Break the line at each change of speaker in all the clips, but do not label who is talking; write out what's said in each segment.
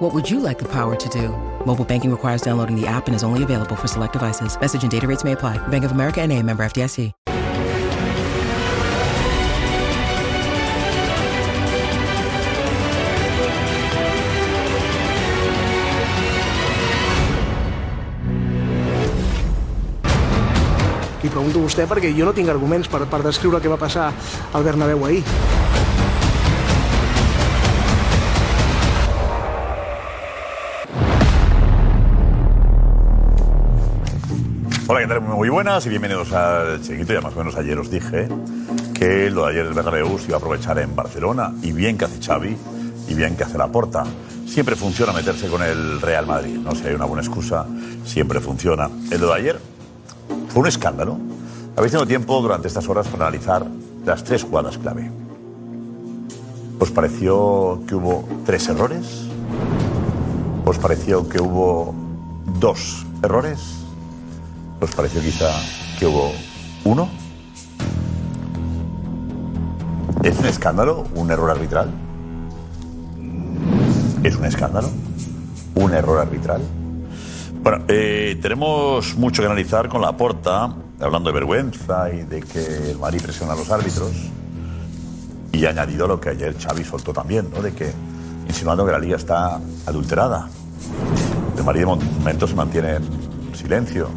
What would you like the power to do? Mobile banking requires downloading the app and is only available for select devices. Message and data rates may apply. Bank of America and a member FDIC.
Li pregunto a vostè perquè jo no tinc arguments per, per descriure què va passar al Bernabéu ahir.
Hola, ¿qué tal? Muy buenas y bienvenidos al Chiquito. Ya más o menos ayer os dije que lo de ayer del Bernabéu se iba a aprovechar en Barcelona. Y bien que hace Xavi y bien que hace Laporta. Siempre funciona meterse con el Real Madrid. No sé, hay una buena excusa, siempre funciona. El de ayer fue un escándalo. Habéis tenido tiempo durante estas horas para analizar las tres jugadas clave. ¿Os pareció que hubo tres errores? ¿Os pareció que hubo dos errores? ¿Os pareció quizá que hubo uno? ¿Es un escándalo un error arbitral? ¿Es un escándalo un error arbitral? Bueno, eh, tenemos mucho que analizar con la porta, hablando de vergüenza y de que el Madrid presiona a los árbitros. Y añadido lo que ayer Xavi soltó también, ¿no? De que insinuando que la liga está adulterada. El Madrid de momento se mantiene en silencio,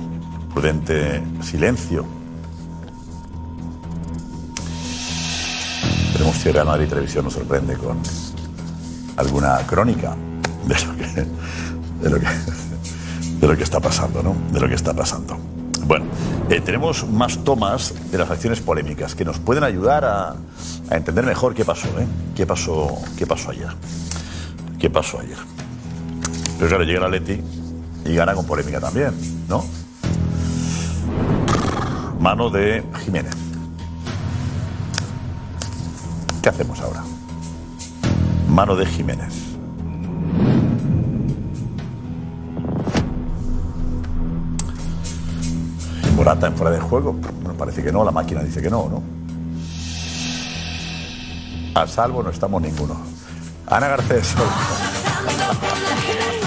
prudente silencio. Veremos si Real Madrid Televisión nos sorprende con alguna crónica de lo que, de lo que, de lo que está pasando, ¿no? De lo que está pasando. Bueno, eh, tenemos más tomas de las acciones polémicas que nos pueden ayudar a, a entender mejor qué pasó, ¿eh? ¿Qué pasó, qué pasó ayer? ¿Qué pasó ayer? Pero claro, llega el Atleti y gana con polémica también, ¿no? Mano de Jiménez. ¿Qué hacemos ahora? Mano de Jiménez. Morata en fuera de juego. Bueno, parece que no, la máquina dice que no, ¿no? A salvo no estamos ninguno. Ana Garcés.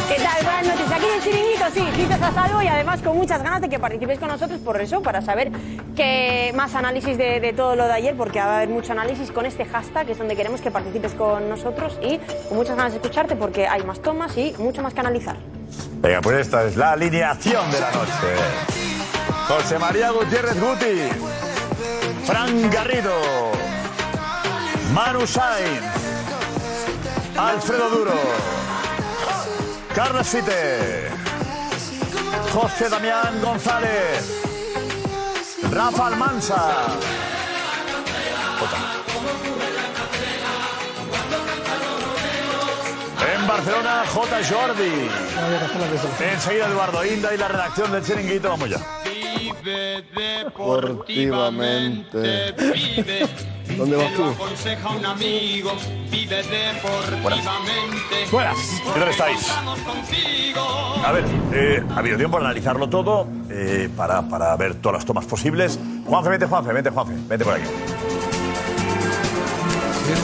¿Qué tal, Fran? Noches. Aquí en el chiringuito, sí, dices a salvo y además con muchas ganas de que participes con nosotros por eso, para saber que más análisis de, de todo lo de ayer, porque va a haber mucho análisis con este hashtag, que es donde queremos que participes con nosotros y con muchas ganas de escucharte porque hay más tomas y mucho más que analizar.
Venga, pues esta es la alineación de la noche. José María Gutiérrez Guti. Fran Garrido. Manu Sainz. Alfredo Duro. Carlos Fite. José Damián González. Rafa Almanza. En Barcelona, J. Jordi. Enseguida Eduardo Inda y la redacción del Chiringuito. Vamos ya.
deportivamente. ¿Dónde vas tú?
aconseja un amigo, vive deportivamente.
Buenas. ¿Qué tal estáis? A ver, eh, ha habido tiempo para analizarlo todo, eh, para, para ver todas las tomas posibles. Juanfe, vente, Juanfe, vente, Juanfe, vente por aquí.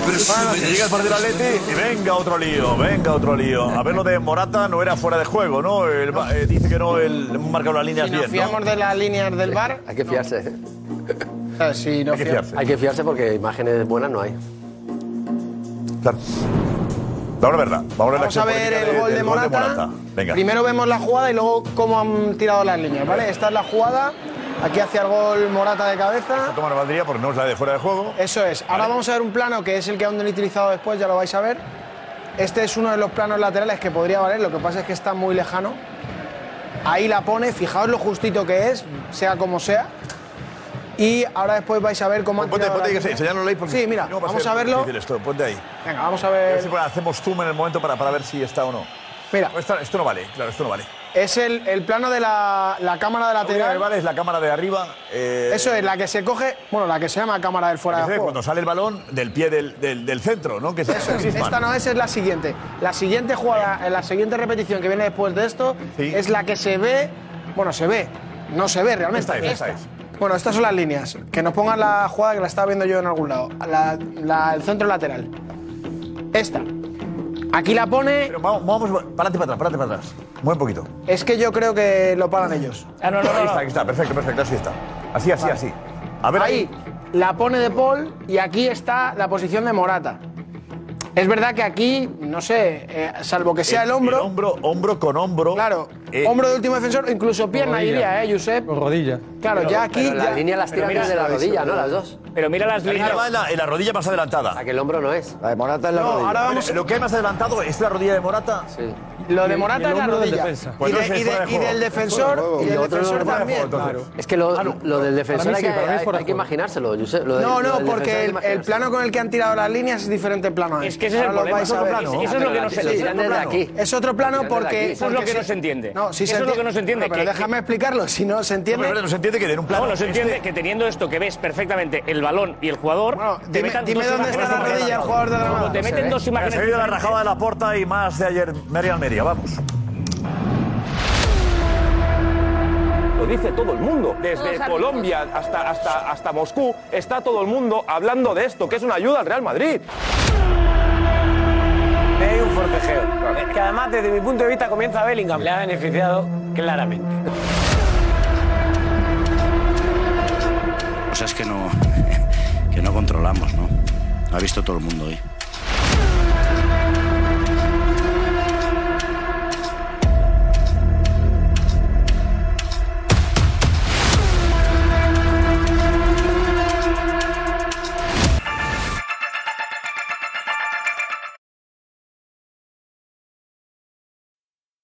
Prepárate, llega el partido del Atleti y venga otro lío, venga otro lío. A ver, lo de Morata no era fuera de juego, ¿no? El va- eh, dice que no, el, hemos marcado las líneas
Si nos
bien, ¿no?
fiamos de las líneas del bar,
Hay que fiarse. ¿eh?
si no
Hay que fiarse.
Hay que fiarse porque imágenes buenas no hay.
Claro. Vamos a verla. Vamos a ver, la
vamos a
acción
ver
polémica
el
de-
gol
del
de Morata.
Venga.
Primero vemos la jugada y luego cómo han tirado las líneas, ¿vale? Esta es la jugada, aquí hacia el gol Morata de cabeza.
Toma no valdría porque no es la de fuera de juego.
Eso es. Ahora vamos a ver un plano que es el que aún no he utilizado después, ya lo vais a ver. Este es uno de los planos laterales que podría valer, lo que pasa es que está muy lejano. Ahí la pone, fijaos lo justito que es, sea como sea. Y ahora después vais a ver cómo han
Ponte,
tirado
ponte,
las
que se-
líneas.
enseñadlo ahí porque
Sí, mira,
si no va
vamos
ser
a verlo.
difícil esto, ponte ahí.
Venga, vamos a
A ver
ver.
si hacemos zoom en el momento para, para ver si está o no.
Mira,
Esto, esto no vale, claro, esto no vale.
es el, el plano de la, la cámara
La única que
lateral.
vale es la cámara de arriba. eh,
Eso es, la que se coge, bueno, la que se llama cámara del fuera
que
de
se ve
juego.
Cuando sale el balón del pie del, del- del centro, ¿no? Que es
Eso es,
Griezmann.
esta no es, es la siguiente. La siguiente jugada, la siguiente repetición que viene después de esto
Sí.
es la que se ve, bueno, se ve, no se ve realmente.
Esta es, esta es.
Bueno, estas son las líneas. Que nos pongan la jugada que la estaba viendo yo en algún lado. La- la- el centro lateral. Esta. Aquí la pone.
Pero vamos, vamos, párate para atrás, párate para atrás. Muy poquito.
Es que yo creo que lo pagan ellos.
Ahí está, ahí está, perfecto, perfecto, así está. Así, así, así. A ver
Ahí la pone de Paul y aquí está la posición de Morata. Es verdad que aquí, no sé, eh, salvo que sea el, hombro,
hombro, hombro con hombro.
claro,
Eh,
hombro de último defensor, incluso pierna
rodilla.
iría, ¿eh, Josep?
O rodilla.
Claro, ya aquí.
Pero la
ya-
línea las
Pero
tira
mira,
desde la
lo
rodilla, ¿no? Las dos.
Pero mira las
la línea
líneas.
va en la, en la rodilla más adelantada.
A Ah, que el hombro no es.
La de Morata es la
No,
rodilla.
ahora vamos.
Lo que hay más adelantado es la rodilla de Morata.
Sí.
Lo
Y el-
de
y
Morata
el
es la
hombro del
rodilla.
defensa.
Pues
y,
no
de-
sé,
y de-
fuera de
y
juego.
del defensor, y
Y
del
lo otro no
defensor
es fuera de
también.
juego, entonces.
Es que lo,
Ah, no.
lo del
Para
defensor
mí
hay
sí,
que,
para mí
hay-
fuera
hay
de
que
juego.
imaginárselo, Josep. Lo de-
No,
lo
no,
del
porque
defensor
el,
hay que
el plano con el que han tirado las líneas es diferente el plano. ¿eh?
Es que ese es el
Ahora lo
problema.
vais a
Es otro
ver.
plano. Eso es lo que no se
imaginárselo.
entiende.
Tiran desde aquí.
Es otro plano
Tiran desde
porque.
Eso
aquí.
es lo
porque
que no
sí-
se entiende.
No, sí
Eso
se
es lo
enti-
que no se entiende,
No, pero
que-
déjame explicarlo, si no se
No, pero
entiende.
no se entiende que den un plano.
No, no se entiende
este-
que teniendo esto que ves perfectamente el balón y el jugador.
Bueno,
te
dime,
metan
dime
dos
dónde
imágenes
está la
diferentes.
rodilla del jugador de
Como
Granada.
te meten dos
Ha
imágenes.
salido la
diferentes.
rajada de la porta y más de ayer, Media Almería, vamos.
Lo dice todo el mundo. Desde
Todos amigos.
Colombia hasta, hasta, hasta Moscú está todo el mundo hablando de esto, que es una ayuda al Real Madrid.
Hay un forcejeo. Que además, desde mi punto de vista, comienza a Bellingham. Le ha beneficiado claramente.
Cosas que no, que no controlamos, ¿no? Lo ha visto todo el mundo hoy.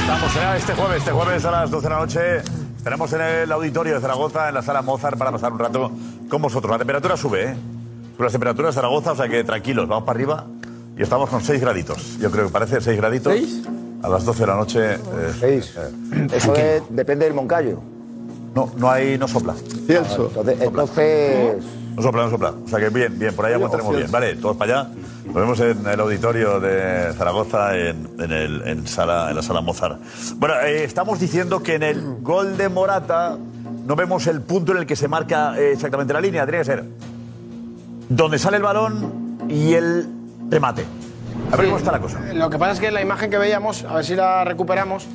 Estamos eh, este jueves, este jueves a las 12 de la noche. Estaremos en el auditorio de Zaragoza, en la sala Mozart, para pasar un rato con vosotros. La temperatura sube, ¿eh? Sube la temperatura de Zaragoza, o sea que tranquilos, vamos para arriba y estamos con 6 graditos. Yo creo que parece 6 graditos.
¿Seis?
A las 12 de la noche. eh,
Seis.
eh,
Eso es- depende del Moncayo.
no, no hay, no sopla. Ah,
Celso. Entonces, entonces
No sopla, no sopla. O sea que bien, bien, por ahí aguantaremos bien. Vale, todos para allá. Nos vemos en el auditorio de Zaragoza, en, en el- en sala, en la sala Mozart. Bueno, eh, estamos diciendo que en el gol de Morata no vemos el punto en el que se marca eh, exactamente la línea. Tendría que ser donde sale el balón y el remate. A ver cómo está la cosa.
Eh, Lo que pasa es que la imagen que veíamos, a ver si la recuperamos,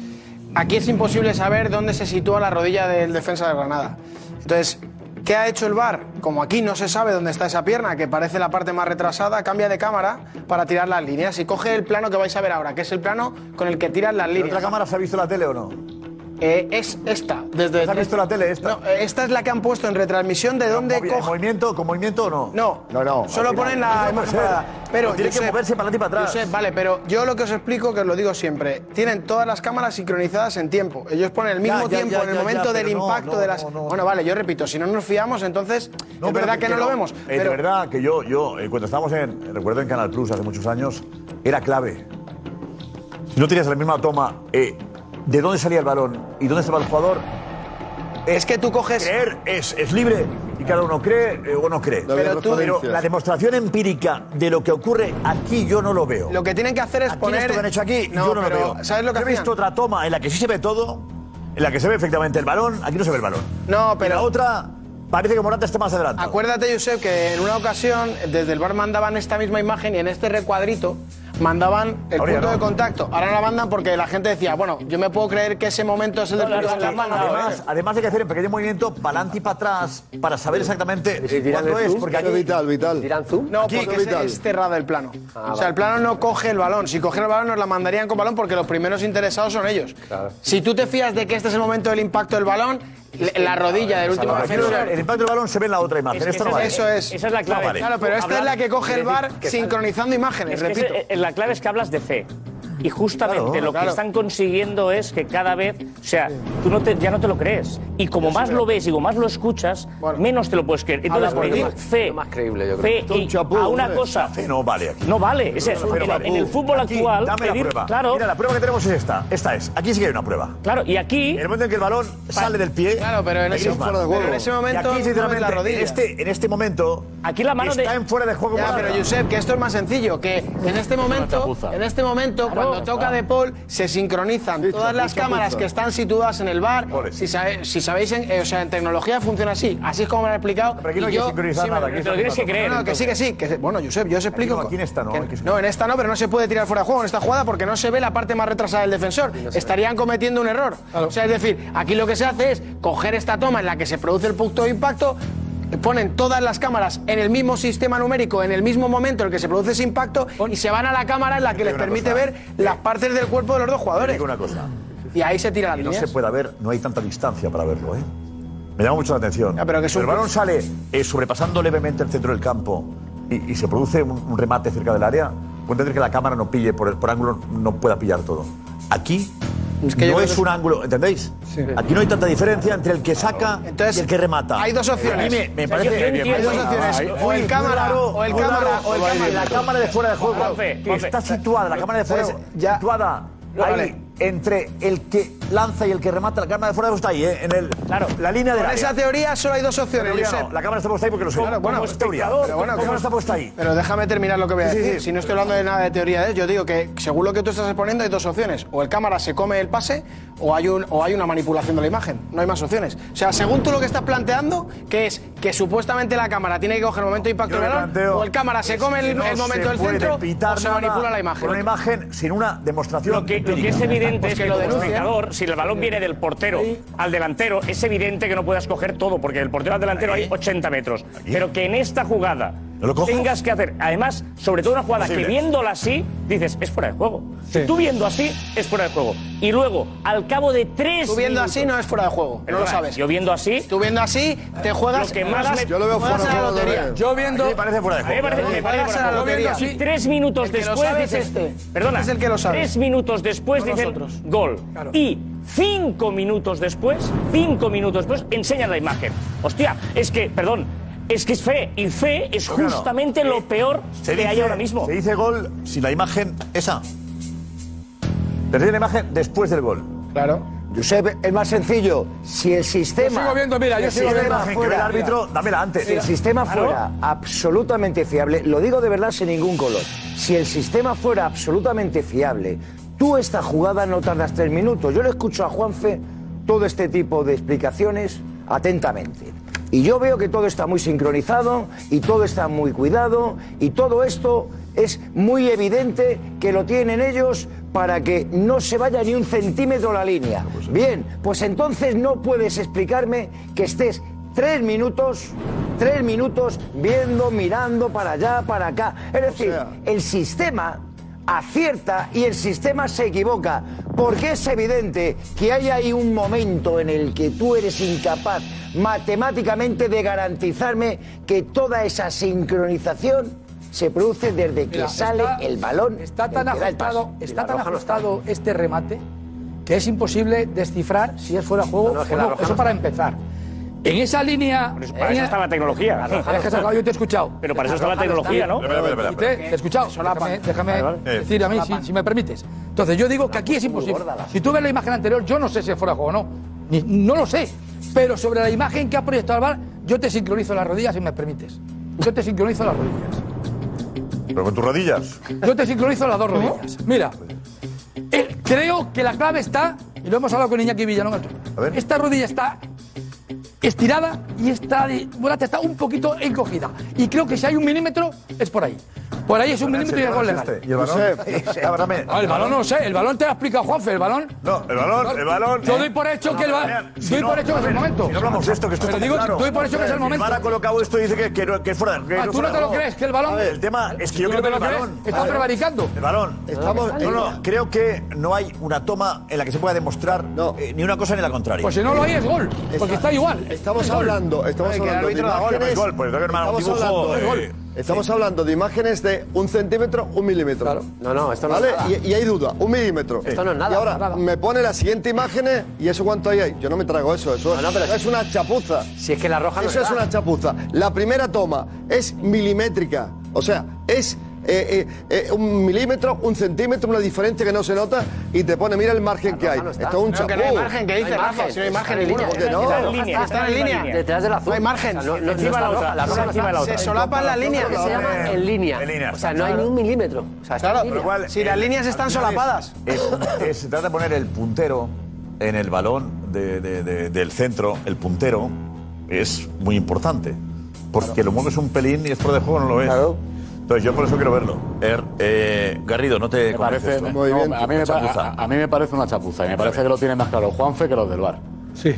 aquí es imposible saber dónde se sitúa la rodilla del defensa de Granada. Entonces, ¿qué ha hecho el VAR? Como aquí no se sabe dónde está esa pierna, que parece la parte más retrasada, cambia de cámara para tirar las líneas y coge el plano que vais a ver ahora, que es el plano con el que tiran las
¿En otra
líneas.
cámara se ha visto la tele o no?
Eh, es esta, desde...
¿Se ha visto la tele esta?
No, eh, esta es la que han puesto en retransmisión de dónde
¿Con
coge...
movimiento, ¿Con movimiento o no?
No,
No, no,
Solo
al final.
ponen la
No puede
imagen
ser.
parada. Pero
Tiene que
Josep,
moverse para adelante y para atrás.
Josep, vale, pero yo lo que os explico, que os lo digo siempre, tienen todas las cámaras sincronizadas en tiempo. Ellos ponen el mismo
ya,
tiempo
ya,
en el
ya,
momento
ya,
del
pero no,
impacto
no,
de las.
no, no.
Bueno, vale, yo repito, si no nos fiamos, entonces es
pero
verdad
que-
que, no
que
lo vemos.
Eh, De
pero
verdad que yo, yo eh, cuando estábamos en, recuerdo en Canal Plus hace muchos años, era clave. Si no tenías la misma toma eh, de dónde salía el balón y dónde estaba el jugador,
Es que tú coges.
Creer es, es libre y cada uno cree eh, o no cree.
Pero tú-
pero la demostración empírica de lo que ocurre aquí yo no lo veo.
Lo que tienen que hacer es
Aquí este
poner.
esto que han hecho aquí
No,
yo no
pero
lo veo.
¿Sabes lo que
Yo he
hacían?
visto otra toma en la que sí se ve todo, en la que se ve perfectamente el balón, aquí no se ve el balón.
No,
pero la otra parece que Morata está más adelante.
Acuérdate, Josep, que en una ocasión desde el bar mandaban esta misma imagen y en este recuadrito mandaban el
Ahora ya
punto
no.
de contacto. Ahora la mandan porque la gente decía, bueno, yo me puedo creer que ese momento es el del
Claro,
futbolista.
es que además, además hay que hacer un pequeño movimiento para adelante y para atrás para saber exactamente cuándo es, porque aquí
vital. No,
Aquí-
porque
Eso
es,
vital.
es cerrado el plano.
Ah,
o sea,
Ah, vale.
el plano no coge el balón. Si cogiera el balón nos la mandarían con balón porque los primeros interesados son ellos. Si tú te fías de que este es el momento del impacto del balón, le- la rodilla del último
Aquí no,
defensor...
El impacto del balón se ve en la otra imagen.
Es-
Esto no
esa
vale.
es- eso es. Esa es la clave.
No vale.
Claro, pero esta es la que coge el VAR sincronizando
Es
imágenes,
que
repito.
ese- eh, la clave es que hablas de fe. Y justamente
Claro,
lo
claro.
que están consiguiendo es que cada vez, o sea, tú no te- ya no te lo crees. Y como
Yo sí
más
me
lo
lo creo.
ves y como más lo escuchas, menos te lo puedes creer.
Habla
Entonces,
por ti.
pedir fe,
más creíble, yo
fe
creo.
y a una cosa.
Fe no vale aquí.
No vale. Es eso.
Fe no
En-
vale.
en el fútbol
Aquí,
actual,
Dame la
pedir-
prueba.
claro.
Mira, la prueba que tenemos es esta. Esta es. Aquí sí que hay una prueba.
Claro, y aquí.
En el momento en que el balón sale del pie.
Claro, pero en
ahí
ese-
es mal.
fuera de juego. pero en ese momento
Y
no
aquí,
ves
sinceramente,
la rodilla.
En este, en este momento.
Aquí
la mano de- Está en fuera de juego
Ya,
Morata.
pero Josep, que esto es más sencillo, que en este momento, en este momento, cuando toca de Paul, se sincronizan todas las
dicha
cámaras
puza.
que están situadas en el bar. Si, sabe- si sabéis, en, eh, o sea, en tecnología funciona así. Así es como me lo han explicado.
aquí no hay
y
que
yo
sincronizar
me-
nada, aquí está Te lo tienes que
No,
creer,
No, que sí, que sí. que sí. bueno, Josep, yo os explico.
no, aquí en esta no,
que-
hay que-
no, en esta no, pero no se puede tirar fuera de juego en esta jugada porque no se ve la parte más retrasada del defensor. Estarían cometiendo un error. O sea, es decir, aquí lo que se hace es coger esta toma en la que se produce el punto de impacto, ponen todas las cámaras en el mismo sistema numérico, en el mismo momento en el que se produce ese impacto, y se van a la cámara en la que les
una
permite
cosa.
ver las partes del cuerpo de los dos
Te
jugadores.
digo una cosa.
Y ahí se tira la
Y no se
línea.
pueda ver, no hay tanta distancia para verlo, ¿eh? Me llama mucho la atención.
pero que es un-
el balón sale eh, sobrepasando levemente el centro del campo y, y se produce un, un remate cerca del área. Puede entender que la cámara no pille por, el, por ángulo, no pueda pillar todo. Aquí
yo
no
creo
es
que
un ángulo, ¿entendéis? Aquí no hay tanta diferencia entre el que saca y el que remata.
Hay dos opciones.
A mí me, me
O sea,
parece
yo entiendo- Hay dos opciones. O el cámara, o el cámara, o el cámara.
La cámara de fuera de juego
Juanfe,
que
Juanfe.
está situada, la cámara de fuera de
Pero
situada
No,
ahí,
vale.
entre el que lanza y el que remata, la cámara de fuera de juego está ahí, ¿eh? en el, la línea de
Con esa teoría solo hay dos opciones, Josep.
La cámara está puesta ahí porque lo sé.
Claro, bueno,
es teoría.
espectador,
Pero bueno, la
como-
cámara está puesta ahí.
Pero déjame terminar lo que voy a
Sí, sí,
decir.
sí.
Si no estoy hablando de nada de teoría, ¿eh? yo digo que según lo que tú estás exponiendo hay dos opciones. O el cámara se come el pase o hay, un, o hay una manipulación de la imagen. No hay más opciones. O sea, según tú lo que estás planteando, que es que supuestamente la cámara tiene que coger el momento de impacto
Yo
del
lo que
balón,
planteo
o el cámara se
es
come
que
el,
no
el momento
se
del
puede
centro
pitar
o se
nada
manipula la imagen.
Con una imagen sin una demostración.
Lo que, lo que es
empírica.
evidente
Pues
es que,
lo
como
¿eh?
denuncie.
espectador, si el balón viene del portero al delantero, es evidente que no puedas coger todo, porque del portero al delantero hay 80 metros. Pero que en esta jugada
¿No lo cojo?
tengas que hacer, además, sobre todo una jugada que
Imposible.
viéndola así, dices, es fuera de juego. Si tú viendo así, es fuera de juego. Y luego, al cabo de tres.
Tú viendo
minutos-
así no es fuera de juego, no lo
Perdona,
sabes.
Yo viendo así.
Tú viendo así, te juegas.
Lo que más
juegas-
me- Yo lo veo
juegas
fuera de
a la
juego
lotería.
también.
Yo viendo. A mí me parece fuera de
A mí me
juego.
parece, me parece
Juegas a
fuera
la
de juego.
lotería.
Sí, Tres minutos
El que lo
después
sabe es
dices,
este.
Perdona.
Este es el que lo sabe.
Tres minutos después
No
dicen
nosotros.
gol. Y cinco minutos después, cinco minutos después, enseñan la imagen. Hostia, es que, perdón, es que es fe. Y fe es
Claro.
justamente
Eh,
lo peor que
Se dice,
hay ahora mismo.
Se dice gol sin la imagen esa. Pero tiene la imagen después del gol.
Claro.
Josep, es más sencillo. Si el sistema.
Yo sigo viendo, mira, yo
el
sigo viendo.
sistema
Imagen que
fuera-
ve el árbitro,
mira.
dámela antes.
Si el
Mira.
sistema
Claro.
fuera absolutamente fiable, lo digo de verdad sin ningún color. Si el sistema fuera absolutamente fiable, tú esta jugada no tardas tres minutos. Yo le escucho a Juanfe todo este tipo de explicaciones atentamente. Y yo veo que todo está muy sincronizado y todo está muy cuidado y todo esto es muy evidente que lo tienen ellos para que no se vaya ni un centímetro la línea. Bien, pues entonces no puedes explicarme que estés tres minutos, tres minutos viendo, mirando para allá, para acá. Es decir, el sistema acierta y el sistema se equivoca, porque es evidente que hay ahí un momento en el que tú eres incapaz matemáticamente de garantizarme que toda esa sincronización se produce desde que
Mira,
sale
está-
el balón.
Está tan
desde que da el
ajustado,
pase.
está
Y la
tan
roja no está.
ajustado este remate que es imposible descifrar si es fuera de juego
No, no, es que
o
la
no.
roja
Eso
no
para empezar. En esa línea.
Por eso- para eso está la tecnología.
Claro, es que se acaba, yo te he escuchado.
Pero para eso está la
roja no
tecnología, ¿no?
Te
Espera, espera, espera, espera.
te he escuchado. Déjame, déjame decir a mí, si, si me permites. Entonces, yo digo que aquí es imposible. Si tú ves la imagen anterior, yo no sé si es fuera de juego o no. Ni- no lo sé. Pero sobre la imagen que ha proyectado el VAR, yo te sincronizo las rodillas si me permites. Yo te sincronizo las rodillas.
Pero con tus rodillas.
Yo te sincronizo las dos rodillas. Mira, eh, creo que la clave está, y lo hemos hablado con Iñaki Villalón, esta rodilla está estirada y esta de Morata está un poquito encogida. Y creo que si hay un milímetro, es por ahí. Por ahí es un milímetro y es gol legal.
¿Y el balón?
Sí.
Ah, perdóname.
Ah, el balón no lo sé, el balón te lo ha explicado Juanfe, el balón.
No, el balón, el balón.
Yo doy por hecho que el balón.
Si
doy
¿eh? no,
por hecho que
a
es el
ver,
momento.
Si no hablamos de esto, que esto
Pero
está
digo,
muy claro.
doy por hecho que es el
Si
momento.
VAR ha colocado esto y dice que, que, no- que es fuera. que
Ah, ¿tú
fuera
no
de
te lo
juego.
crees, que el balón?
A ver, el tema es que
¿Tú
yo creo
no
que
te
el
lo crees?
balón.
Está
a ver,
prevaricando.
El balón. Estamos, no, no, creo que no hay una toma en la que se pueda demostrar eh, ni una cosa ni la contraria.
Pues si no lo hay, es gol. Porque está igual.
Estamos
Es gol.
hablando, estamos
Oye, que el
hablando de
árbitro da gol,
imágenes.
es gol, pues, da que hermano, un
estamos
dibujo,
hablando,
eh,
estamos hablando de imágenes de un centímetro, un milímetro.
No, no, esto no
¿Vale?
es nada.
Y, y hay duda, un milímetro.
Esto no es nada,
Y ahora
no es nada.
me pone la siguiente imagen eh, y eso cuánto hay ahí. Yo no me trago eso, eso es- es una chapuza.
Si es que la roja no
Eso
le
es
da.
una chapuza. La primera toma es milimétrica. O sea, es eh, eh, eh, un milímetro, un centímetro, una diferencia que no se nota y te pone, mira el margen que hay.
no está.
Esto es un
Creo
chapuz.
que no hay margen, que dice No hay Rafa, margen. si no hay margen
Está en
ninguno.
línea,
Está en
¿por qué no?
línea, está en línea. Detrás de la azul.
No hay margen.
O sea, no- no- Encima no está la otra, roja, la roja no está. Se solapan las líneas. Se llama en línea. O sea, no hay ni un milímetro. O sea, está en línea.
si las líneas están solapadas.
Es- es- se trata de poner el puntero en el balón de- de- de- del centro. El puntero es muy importante. Porque lo mueves un pelín y es fuera de juego, no lo ves. Entonces yo por eso quiero verlo. Er, eh, Garrido, no te
Me
convence
parece,
esto.
no, a, mí me pa- a- a mí me parece una chapuza y me parece que lo tiene más claro Juanfe que los del bar.
Sí.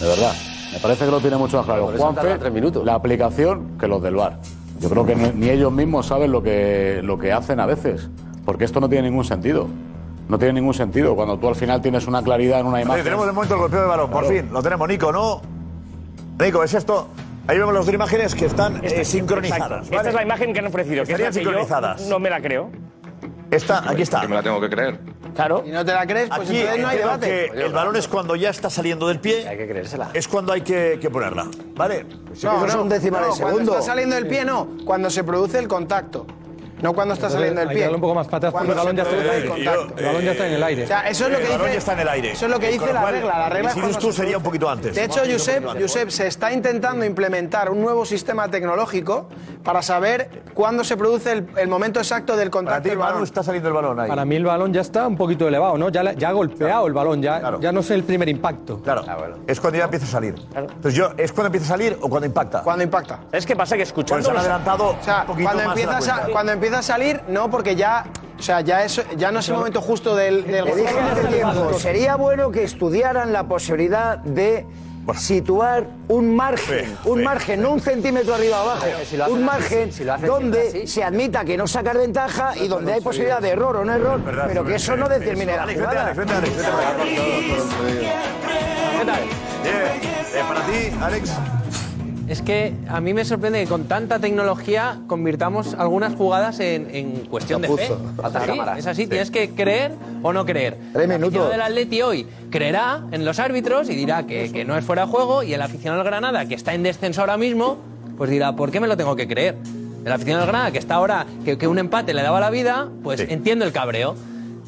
De verdad. Me parece que lo tiene mucho más claro
Por eso
Juanfe,
tarda tres minutos.
la aplicación, que los del bar. Yo creo que ni- ni ellos mismos saben lo que, lo que hacen a veces, porque esto no tiene ningún sentido. No tiene ningún sentido cuando tú al final tienes una claridad en una
Oye,
imagen.
tenemos de momento el golpeo de balón, por fin. Lo tenemos, Nico, ¿no? Nico, ¿es esto? Ahí vemos las dos imágenes que están eh, sincronizadas.
Exacto. Esta es la imagen que han ofrecido. Que es la
Estarían
que yo
sincronizadas.
no me la creo.
Esta, aquí está.
Yo me la tengo que creer.
Claro.
Si no te la crees, pues
Aquí
entonces no hay
entiendo
debate.
que el balón es cuando ya está saliendo del pie. Hay que creérsela. Es cuando hay que, que ponerla, ¿vale?
no, Cuando está saliendo del pie, no. Cuando se produce el contacto. No cuando está
Entonces,
saliendo del
hay que
pie.
darle un poco más patas porque el
Cuando
balón ya
se
está en
produce
el
el
aire.
contacto.
El balón ya está en el aire.
O sea, eso es lo que
El balón
dice-
ya está en el aire.
Eso es lo que
Con
dice
lo
la
cual,
regla. La
si
regla es cuando
dices tú,
se
sería un
produce.
poquito antes.
De hecho,
Un poquito
Josep,
antes.
Josep, se está intentando implementar un nuevo sistema tecnológico para saber cuándo se produce el, el momento exacto del contacto del balón.
está saliendo el balón ahí.
Para mí el balón ya está un poquito elevado, ¿no? Ya, la- ya ha golpeado el balón, ya, ya no es el primer impacto.
Claro. Es cuando ya empieza a salir. Entonces yo, ¿es cuando empieza a salir o cuando impacta?
Cuando impacta.
Es que pasa que escuchando.
Pues han adelantado
O sea,
un poquito
cuando
más de la
empieza, a,
cuenta.
cuando empieza a salir, no, porque ya, o sea, ya, eso, ya no es el momento justo del, del
Te dije hace tiempo, sería bueno que estudiaran la posibilidad de situar un margen,
Sí,
un
sí,
margen, no un centímetro arriba o abajo,
Pero si lo hacen
un
así,
margen
si lo hacen siempre
donde
así.
se admita que no sacas ventaja y donde hay posibilidad de error o no error, pero que eso no determine la jugada.
¿Qué tal? eh, para ti, Alex.
Es que a mí me sorprende que con tanta tecnología convirtamos algunas jugadas en, en cuestión de fe.
Chapuzo. Falta
Sí,
cámara.
es así,
Sí.
tienes que creer o no creer.
Tres
El aficionado
minutos.
del Atleti hoy creerá en los árbitros y dirá que, que no es fuera de juego y el aficionado del Granada, que está en descenso ahora mismo, pues dirá, ¿por qué me lo tengo que creer? El aficionado del Granada, que está ahora, que, que un empate le daba la vida, pues entiendo el cabreo.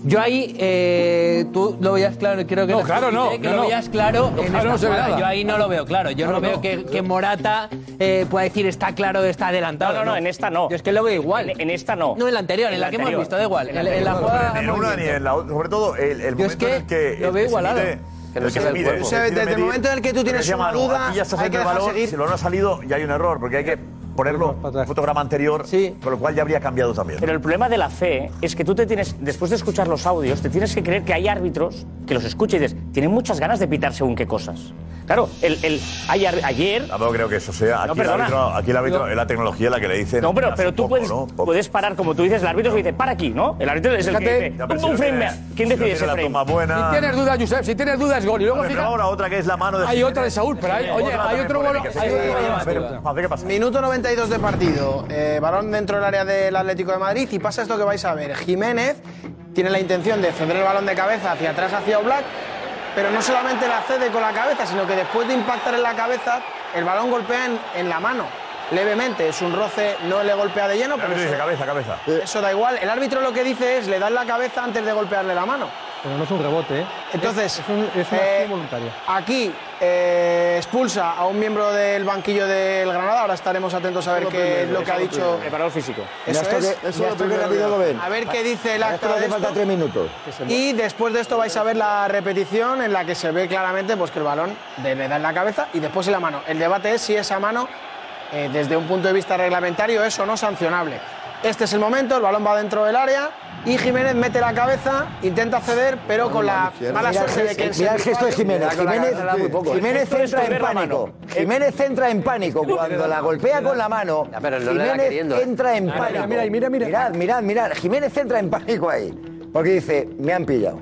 Yo ahí, eh, tú lo veías claro, creo que...
No,
lo
claro, no,
que
no,
lo
no.
veías claro
No,
en
claro,
esta
no se ve
jugada.
nada.
Yo ahí no lo veo claro. Yo
Claro,
no veo
no.
que, que Morata eh, pueda decir está claro, está adelantado.
No, no, no, en esta no.
Yo es que lo veo igual.
En, en esta no.
No, en la anterior, en la que hemos visto, da igual. En la- en la jugada
Ni
de
en una ni
movimiento.
en la otra. Sobre todo el, el
Yo
momento
es que
en el que.
lo
el
veo
que se
igualado.
mide,
Que no
el que
se
se
ve el
mide.
cuerpo.
el que
Desde
decide
el
medir,
momento en el que tú
se
tienes
llama,
una
no,
duda,
aquí ya está saliendo
hay que
el
dejar
balón,
seguir.
Si lo no ha salido, ya hay un error, porque hay que ponerlo en fotograma anterior, con lo cual ya habría cambiado también.
Pero el problema de la fe es que tú te tienes, después de escuchar los audios, te tienes que creer que hay árbitros que los escuchas y dices, tienen muchas ganas de pitar según qué cosas. Claro, el, el, hay ar- ayer.
Tampoco creo que eso sea. Aquí, el,
perdona.
árbitro, aquí el árbitro es la tecnología la que le dicen.
No, pero,
hace
pero tú
poco,
puedes,
¿no?
puedes parar, como tú dices, el árbitro se dice, para aquí, ¿no? El árbitro es el que
Fíjate.
dice,
Ya,
pero
un,
si
un
no
frame.
tiene-
más. ¿Quién
si no
decide
tiene
ese
la
frame?
toma buena.
Si tienes dudas, Josep, si tienes dudas, gol. Y luego
A ver,
fíjate-
pero ahora otra que es la mano de
Hay otra de
Saúl,
pero hay- oye, hay otro gol- hay otro gol más.
¿qué pasa?
Minuto 92 de partido. Eh, balón dentro del área del Atlético de Madrid y pasa esto que vais a ver. Jiménez tiene la intención de ceder el balón de cabeza hacia atrás, hacia Oblak, pero no solamente la cede con la cabeza, sino que después de impactar en la cabeza, el balón golpea en, en la mano. Levemente, es un roce, no le golpea de lleno, pero
Dice
eso,
cabeza, cabeza.
eso da igual. El árbitro lo que dice es, le da en la cabeza antes de golpearle la mano.
Pero no es un rebote, ¿eh?
Entonces,
Es, un- es una
eh,
acción voluntaria.
Aquí eh, expulsa a un miembro del banquillo del Granada. Ahora estaremos atentos a ver qué es lo que ha dicho.
Preparador físico.
Eso es.
ya esto que rápido lo ven.
A ver qué dice el
Para
acta
Esto
de
le hace falta
esto.
tres minutos.
Y después de esto vais a ver la repetición en la que se ve claramente pues, que el balón de- le da en la cabeza y después en la mano. El debate es si esa mano, eh, desde un punto de vista reglamentario, es o no sancionable. Este es el momento, el balón va dentro del área y Jiménez mete la cabeza, intenta ceder, pero con la mala
Mira el
suerte de que
gesto- mira el gesto de Jiménez. Jiménez, Jiménez entra en pánico. Jiménez entra en pánico. Cuando la golpea con la mano,
Ya, pero no le da queriendo,
Jiménez
¿eh?
entra en
Mira, mira,
pánico.
mira,
mira, mira. Mirad, mirad, mirad. Jiménez entra en pánico ahí. Porque dice, me han pillado.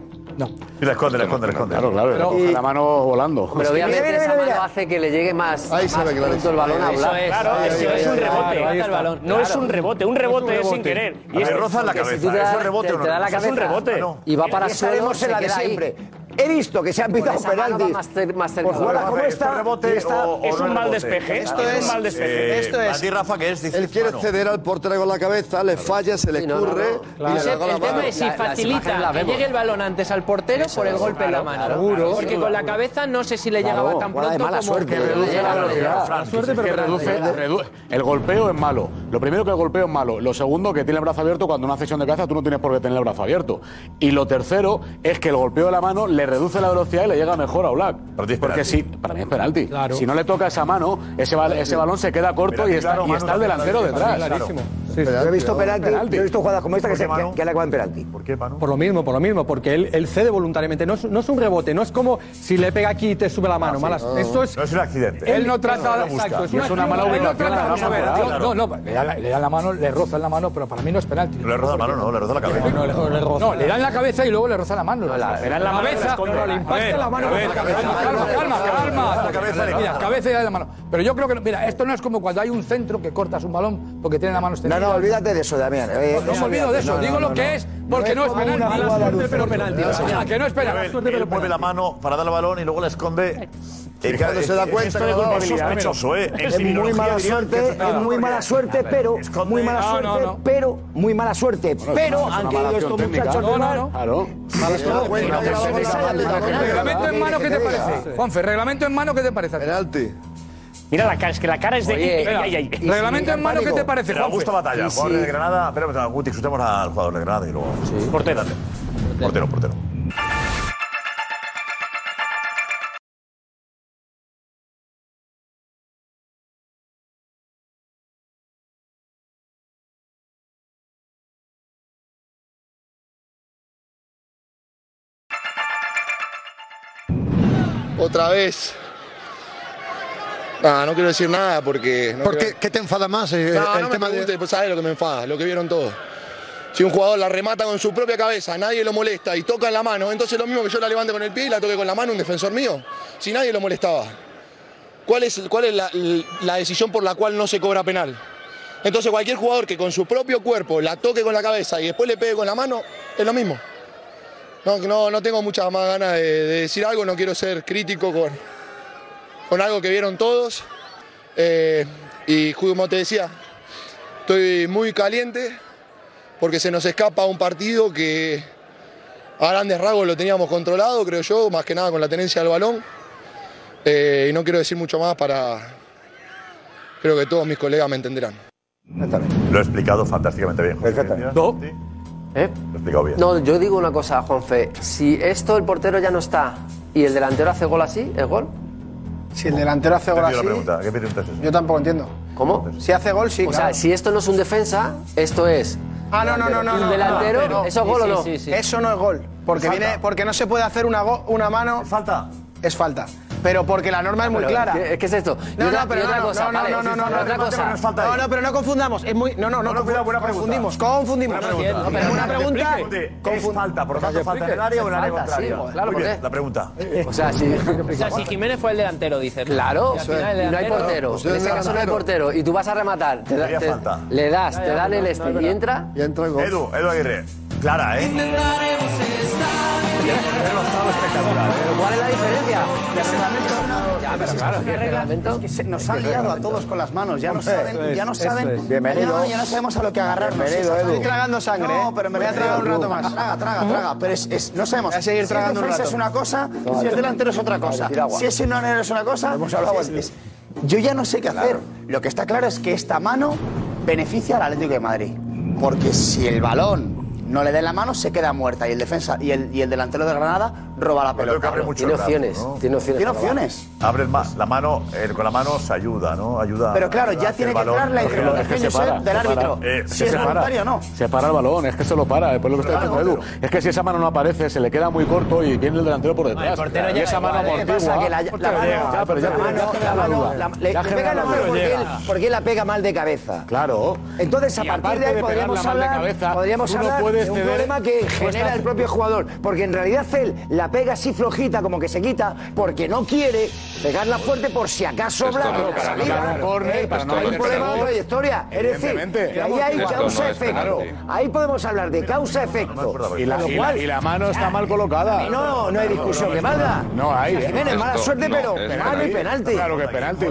Y la esconde, la esconde, la esconde. Claro,
claro.
Pero-
Con la mano volando.
Pero obviamente
mira, mira,
esa
mira.
mano hace que le llegue más,
Ahí se
más
ve claro.
pronto el balón a
Eso
Black.
es. Claro, Ahí, eso ahí, es un ahí, rebote. ahí, ahí
Mata el
está.
balón. No
Claro.
es un rebote, un rebote es sin querer.
A ver, roza la
porque si
cabeza.
tú te
¿Eso
das-
es rebote
te-
o no?
Te da la
Eso es
cabeza.
un rebote. Ah, no.
Y va
Y
para
ahí
suelo,
estaremos
se
en la de
queda ahí.
siempre. He visto que se han pitado
Con esa mano va
penaltis.
más cer- más cerca.
Por jugarla
Rafa,
como
¿esto es
está.
rebote
Este
y está-
o- o Es no un mal rebote? despeje,
Esto
es un
es
mal despeje. Eh, Esto es- Mati Rafa, ¿qué es? Dice,
Él quiere
bueno.
ceder al portero con la cabeza, le falla, se
no,
le
no,
escurre
no.
y le
Claro.
da con la
El tema
mano.
es
Si
La- las imágenes
facilita
las
que
vemos.
llegue el balón antes al portero por el
es,
golpe en la
claro,
mano.
claro, Seguro.
Porque
seguro.
con la cabeza no sé si le
Claro.
llegaba tan
Bola de
pronto
mala
como
suerte,
que
reduce
llega
la
a
velocidad.
Fran.
Es que reduce- ¿eh? redu- el golpeo es malo. Lo primero que el golpeo es malo. Lo segundo, que tiene el brazo abierto cuando una cesión de cabeza tú no tienes por qué tener el brazo abierto. Y lo tercero es que el golpeo de la mano le reduce la velocidad y le llega mejor a Black. Porque si, para mí es penalti. Si no le toca esa mano, ese, bal- ese balón se queda corto y está, y está el delantero detrás.
Yo he visto
Penalti.
penalti, yo he visto jugadas como esta que
¿Por
se
qué, Manu?
que- que le acaban penalti.
¿Por qué, Manu?
Por lo mismo, por lo mismo, porque él, él cede voluntariamente. No es, no es un rebote, no es como si le pega aquí y te sube la mano.
sí,
malas.
no,
Eso es,
no es un accidente.
Él no trata
lo
de
busca.
exacto, es
Y
una acción- él no trata-
Vamos a ver,
temporada,
yo-
claro.
No, no, le da, la, le da la mano, le roza en la mano, pero para mí no es penalti.
No le roza la mano, no, le roza la cabeza.
No, le, dan la cabeza y luego le roza la mano.
le dan la mano, le
cabeza,
esconde.
no, le
A ver,
impacta la mano.
a ver,
con la cabeza.
cabeza,
Calma, calma, calma.
La cabeza le
Mira,
pasa.
cabeza y da la mano. Pero yo creo que, no- mira, esto no es como cuando hay un centro que cortas un balón porque tiene la mano extendida.
No, no, olvídate de eso, Damián. Eh,
No me olvido de eso,
no, no,
digo
no,
lo
no.
que es, porque no es
como una
penalti.
jugada de un
pero
centro.
penalti. O sea, que no es penalti.
Él, él mueve la mano para dar el balón y luego la esconde. Eh,
cuando se da
eh,
cuenta
esto
que
es
lo ha dado.
sospechoso, ¿eh? En
Es muy
criminología
mala
dirían que
suerte,
esto está-
es muy mala suerte, pero muy mala
No,
suerte,
no, no.
pero muy mala suerte,
Bueno, es
pero
una
han
mala
querido estos
acción técnica.
muchachos
No,
de
no,
mal.
no.
Claro.
El reglamento en mano, ¿qué te parece? Juanfe, reglamento en mano, ¿qué te parece? Penalti.
Mira la cara, es que la cara es de.
Oye,
Ay, ay, ay.
y- Reglamento en mano, ¿qué te parece,
Mira,
Juanfe?
Augusto Batalla,
Y
jugador
si-
de Granada. Espera, Guti, escuchamos al jugador de Granada y luego.
Portero.
Portero, portero.
Otra vez. Ah, no quiero decir nada porque.
¿Por qué?
te enfada más?
eh, el tema de-
pues sabes lo que me enfada, lo que vieron todos. Si un jugador la remata con su propia cabeza, nadie lo molesta y toca en la mano, entonces lo mismo que yo la levante con el pie y la toque con la mano un defensor mío, si nadie lo molestaba. ¿Cuál es, cuál es la, la decisión por la cual no se cobra penal? Entonces cualquier jugador que con su propio cuerpo la toque con la cabeza y después le pegue con la mano, es lo mismo. No, no, no tengo muchas más ganas de, de decir algo, no quiero ser crítico con, con algo que vieron todos. Eh, y como te decía, estoy muy caliente porque se nos escapa un partido que a grandes rasgos lo teníamos controlado, creo yo, más que nada con la tenencia del balón. Eh, y no quiero decir mucho más para... Creo que todos mis colegas me entenderán.
Lo he explicado fantásticamente bien. Perfectamente. Lo he explicado bien.
No, yo digo una cosa, Juanfe. Si esto el portero ya no está y el delantero hace gol así, ¿es gol?
Si el delantero hace gol
Te pido la
así,
pregunta.
¿Qué pregunta es eso?
yo tampoco entiendo.
¿Cómo?
Si hace gol, sí.
O
claro.
sea, si esto no es un defensa, esto es.
Ah, no, no, no, no.
Un
no,
delantero,
no, no.
¿eso es gol o no?
Eso no es gol. Porque,
Falta.
viene, porque no se puede hacer una, go- una mano.
falta.
Es falta. Pero porque la norma es muy
Pero,
clara.
¿qué- qué es esto? Y
No,
otra-
no, pero
y otra
no, no,
cosa,
no, no,
vale,
no, no,
sí,
no,
pero otra
no,
cosa.
no, no,
Falta
No,
ahí.
no, pero no confundamos. Es muy, no, no, no. confu- confundimos, confundimos.
Buena
No,
pregunta.
no, pero una pregunta.
¿Es falta? ¿Por lo tanto falta en el área o en el área contraria?
pues,
Muy bien, la pregunta.
O sea, si,
O sea, si Jiménez fue el delantero, dices. ¿no?
Claro,
Y al final el
y no hay
delantero-
portero. en este caso no hay portero. Y tú vas a rematar. Te, da-
Sería
te-
falta.
le das,
Ya,
te
ya,
dan
no,
el
no,
este
no, no.
y entra.
Y entra Edu, Edu Aguirre. Clara, ¿eh?
Pero ¿cuál es la diferencia?
además, es que es una regla que se- nos han liado a todos con las manos. Ya no
Hombre, eso
saben,
es,
ya no
eso
saben.
es. Bienvenido.
Ya no- Ya no sabemos a lo que agarrarnos.
Bienvenido,
Estoy
Edu.
tragando sangre.
No,
¿eh?
pero me voy a tragar un rato más.
Traga, traga,
Ujú.
traga. Pero es, es- no sabemos.
Voy a seguir
Si
tragando
el
un
defensa
rato.
es una cosa, si
Vale.
el delantero es otra cosa.
Vale, tira agua.
Si es inonero es una cosa.
Hemos hablado
si es- es- yo ya no sé qué hacer. Lo que está claro es que esta mano beneficia al Atlético de Madrid. Porque si el balón no le da en la mano, se queda muerta. Y el defensa y el, y el delantero de Granada roba la
creo que
pelota.
abre mucho el brazo, ¿no?
Tiene opciones.
Abres más. La mano, eh, con la mano se ayuda, ¿no? Ayuda.
Pero claro,
ayuda
ya
hacia
tiene
el
que
balón.
entrar la
Porque
intervención
es que
de
se para,
del
se para.
árbitro.
Eh,
Si
se
es
para.
voluntario o no.
Se para el balón, es que se lo para, es por lo que está diciendo Edu. Es que si esa mano no aparece, se le queda muy corto y viene el delantero por detrás. y esa mano
¿eh?
¿Qué pasa?
amortigua.
Que la, la
Porque
mano-
llega, ya, Ah, pero ya
Ah, la
tiene-
mano-
ya genera
la
la
mano-
duda.
la- le-
Ya
le
genera
pega la
la
mano
duda.
porque él,
Llega.
porque él la pega mal de cabeza.
Claro.
Entonces, a
Y
partir
aparte
de ahí
de pegarla
podríamos
mal de
hablar,
cabeza,
podríamos
tú no
hablar
puedes
de un
ceder-
problema que
Cuesta-
genera el propio jugador. Porque en realidad él la pega así flojita, como que se quita, porque no quiere pegarla fuerte por si acaso
Esto
habla
no,
en la
para no
salida.
dar un córner,
Eh,
para no
hay un
meter
problema de
gol.
trayectoria. Es decir,
Evidentemente.
que ahí hay
Esto no es
causa-efecto.
penalti.
Ahí podemos hablar de causa-efecto.
Y la,
Con lo
y la-
cual,
y la mano está mal colocada.
No, no hay discusión que valga.
No hay.
Jiménez, mala
Esto
suerte,
no
pero
es
penalti, penalti.
Claro que es penalti.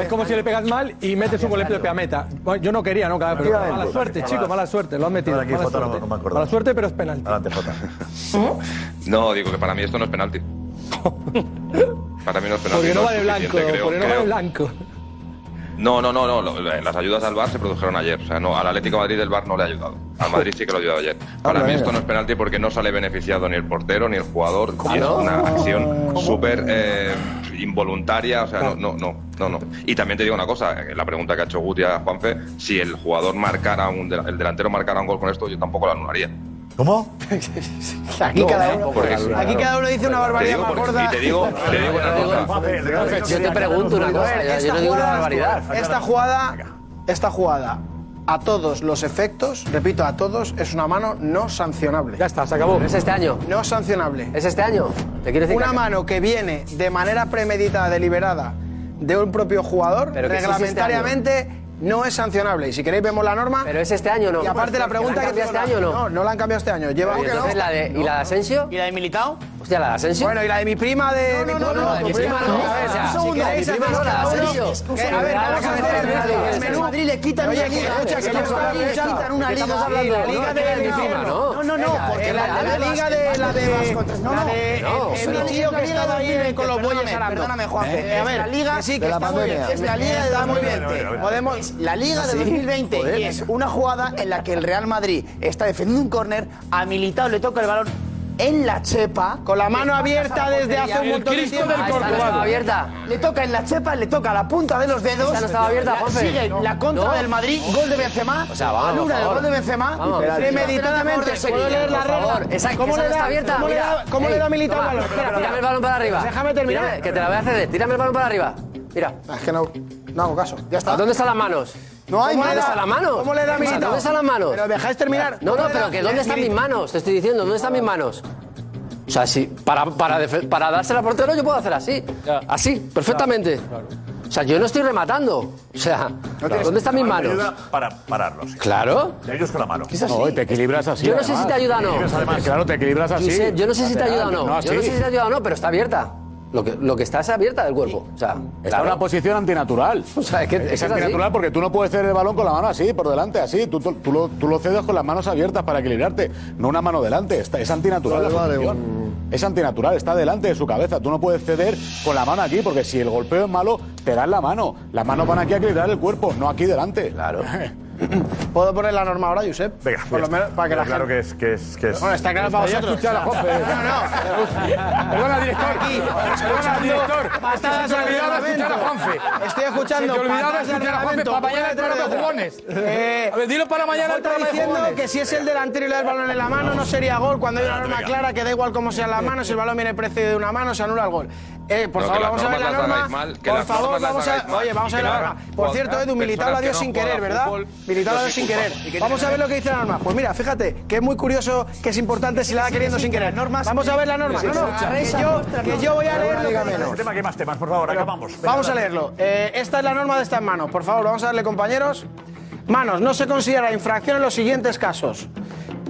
Es como si le pegas mal y metes un golpe de a meta. Bueno, Yo no quería, ¿no? Claro, pero mala suerte, chico, mala suerte. Lo has metido.
Aquí,
Mala
Jota, no me-
suerte.
no me acordaba.
Mala suerte, pero es penalti. ¿Eh?
Adelante, Jota.
No, digo que para mí esto no es penalti. Para mí no es penalti.
Porque no va de
es
blanco,
suficiente, creo-
porque no va de
creo-
blanco.
No, no, no, no. lo- la- Las ayudas al VAR se produjeron ayer. O sea, no, al Atlético de Madrid el VAR no le ha ayudado. Al Madrid sí que lo ha ayudado ayer. Para mí esto no es penalti porque no sale beneficiado ni el portero ni el jugador. Y es
no?
una acción súper eh, involuntaria. O sea, no, no, no, no, no. Y también te digo una cosa. eh, La pregunta que ha hecho Guti a Juanfe, si el jugador marcara un, del- el delantero marcara un gol con esto, yo tampoco lo anularía.
¿Cómo?
Aquí
No,
cada
no,
uno,
porque-
aquí cada uno dice una barbaridad más gorda.
Y te digo, te digo una cosa.
Yo te pregunto una cosa, yo- yo no digo una barbaridad.
Esta jugada, esta jugada, a todos los efectos, repito, a todos, es una mano no sancionable. Ya
está, se acabó.
Es este año.
No sancionable.
Es este año. Te quiero decir
una
que-
mano que viene de manera premeditada, deliberada, de un propio jugador,
Pero que sí es este
reglamentariamente. No es sancionable. Y si queréis, vemos la norma. Pero
es este año, ¿no?
Y aparte, la
¿La han
pregunta que.
cambiado este año o no?
No, no la han cambiado este año. Lleva
Pero, ¿y entonces la de- ¿Y la de Asensio? ¿Y la de Militao? Hostia, la de Asensio.
Bueno, y la de mi prima de.
No, no, no, la de mi prima no.
A ver,
O sea,
si
segundo,
queréis
mi prima no,
hacer
la de
cada uno-
Asensio.
que, a ver, vamos a meter el menú. El menú.
Madrid le quitan
Oye,
una
que-
liga.
escucha, que
Estamos
estamos
hablando
hablando
de
de esta.
esta. Que estamos
Sí,
hablando de
la liga
no,
de-
que
no,
mi prima,
no, no, no,
Venga,
porque
eh,
la- la liga de- la de-
No,
la de-
no,
el- el
pero-
tío que estaba ahí en- con los
Perdóname,
bueyes arando.
perdóname, Juanfe.
Eh, a ver,
La liga
que sí, que
de la
está muy bien.
pandemia.
Es la liga de
Está muy bien.
Podemos-
Es la Liga de
¿Ah, Sí,
2020
joder.
y es una jugada en la que el Real Madrid está defendiendo un córner, a Militao le toca el balón en la chepa. Con
la mano abierta desde hace un montón de tiempo. Ah, esta no estaba abierta.
Le toca en la chepa, le toca la punta de los dedos.
Esta no estaba abierta,
La-
Juanfe.
Sigue
No.
la contra
No.
del Madrid, gol de Benzema.
O sea, vamos,
anula
por
el
favor.
gol de Benzema.
Vamos.
Y penalti.
Premeditadamente,
Penalti,
¿puedo
Sevilla,
leer la
por
regla?
favor. Esa-
¿Cómo
esa
le
no está
da-
abierta.
cómo le
Mira.
da- cómo le
Ey,
da Militao
toma,
el balón?
Espera,
Espera,
tírame el balón para arriba.
Déjame terminar. Ah,
Tírame, Que te la voy a ceder. Tírame el balón para arriba. Mira.
Es que no, no hago caso. Ya
está. ¿A dónde están las manos?
No hay
¿Cómo
nada.
¿Dónde están las manos?
¿Cómo le da Militao?
¿Dónde están las manos?
Pero dejáis terminar.
No,
¿Cómo
no,
le
pero
da-
que ¿dónde están mis manos? Te estoy diciendo, ¿dónde están mis manos? O sea, si para, para, def- para dársela al portero yo puedo hacer así. Así, perfectamente. O sea, yo no estoy rematando. O sea, ¿dónde están mis
La mano
manos?
te ayuda para pararlos.
Claro.
De ellos con la mano.
No, y te equilibras así.
Yo no sé si te ayuda o no.
Te equilibras además. Claro, te equilibras así.
Josep, yo no sé si te ayuda o no.
No, así.
Yo no sé si te ayuda o no, pero está abierta. Lo que, lo que está es abierta del cuerpo. O sea,
Está en una posición antinatural.
O sea, es que- es que es así.
antinatural porque tú no puedes ceder el balón con la mano así, por delante, así. Tú, tú- tú lo, tú lo cedes con las manos abiertas para equilibrarte, no una mano delante. Está- es antinatural.
Vale,
la
vale,
posición. Es antinatural, está delante de su cabeza. Tú no puedes ceder con la mano aquí porque si el golpeo es malo, te dan la mano. Las manos van aquí a equilibrar el cuerpo, no aquí delante. Claro.
¿Puedo poner la norma ahora, Josep?
Venga,
Por lo menos para que la
claro
gente.
que es, que es, que es.
Bueno, está claro para
Vaya a
vosotros.
escuchar a Juanfe.
Perdona, director. Aquí,
Perdona, director.
Patadas
Se te
al
olvidaba escuchar a
reglamento.
Juanfe.
Estoy escuchando.
Se te olvidaba
patadas al
escuchar a Juanfe
reglamento.
para mañana el
Voy
programa
a
de
detrás de
jugones.
Eh,
A ver, dilo para mañana el
Jota
programa de
diciendo
jugones.
que si es el delantero y le da el balón en la mano, no sería gol. Cuando hay una norma clara que da igual cómo sean las manos, si el balón viene precedido de una mano, se anula el gol. Eh, por
No, que
favor,
las
vamos a
normas
ver la
las
norma.
hagáis mal, que
por
las
favor,
normas las
vamos a.
hagáis mal.
Oye, vamos a
Y
ver
que
la
hagan
norma. Por
jugadas,
cierto, Edu,
personas
Militao la
que
dio
no
sin
juegan
querer,
a
¿verdad?
fútbol,
Militao la
no se
dio sin
culpan.
querer.
Y que
Vamos a
tienen
ver lo que dice la norma. Pues mira, fíjate, que es muy curioso, que es importante si la da queriendo sin querer. Vamos a ver la norma.
Sí,
No, no,
escucha.
que yo- que yo voy a leer lo que dice.
Tema, tema, ¿Qué más temas? Por favor, acabamos. Venga,
Vamos a
dale.
leerlo. Eh, esta es la norma de esta en mano. Por favor, vamos a darle, compañeros. Manos, no se considera infracción en los siguientes casos.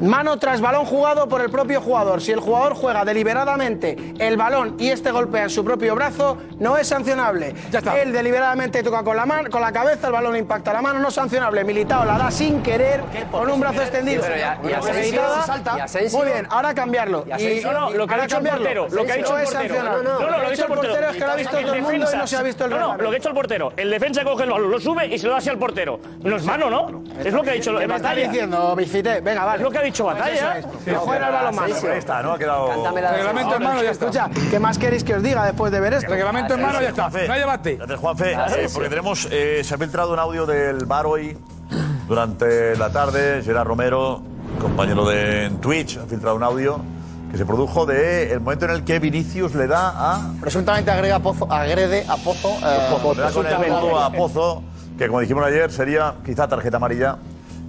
Mano tras balón jugado por el propio jugador. Si el jugador juega deliberadamente el balón y este golpea en su propio brazo, No es sancionable. Él deliberadamente toca con la mano, con la cabeza, el balón impacta la mano, no es sancionable. Militado la da sin querer, con un brazo extendido.
Pero ya- ya
Militao
Asensio-
la
y
salta.
Asensio-
Muy bien, ahora cambiarlo.
Y Asensio-
Y-
No, no, lo que ha
ahora
dicho el
cambiarlo.
portero, lo que ha dicho
No
el
es
portero.
sancionable.
No, no, lo
ha dicho el portero es que lo ha visto
En
todo el mundo y no
defensa,
se ha visto el
No, no,
reglamento.
lo que ha hecho el portero. El defensa coge el balón, lo sube y se lo da hacia el portero. No es mano, ¿no? Es lo que ha dicho
¿Qué me está
Batalla.
diciendo, Vicite? Venga, vale.
Es lo que ha dicho Batalla.
Eso es. No juega el balón más.
Ahí está, ¿no? Ha quedado.
Reglamento en mano, ya está. Escucha, ¿qué más queréis que os diga después de ver esto?
Juanfe, Gracias, Juanfe. Eh, porque tenemos. eh, se ha filtrado un audio del bar hoy durante la tarde. Gerard Romero, compañero de en Twitch, ha filtrado un audio que se produjo de el momento en el que Vinicius le da a.
Presuntamente agrega a Pozo, agrede a Pozo. eh,
Pozo, le da con el
presuntamente.
codo a Pozo, que como dijimos ayer, sería quizá tarjeta amarilla.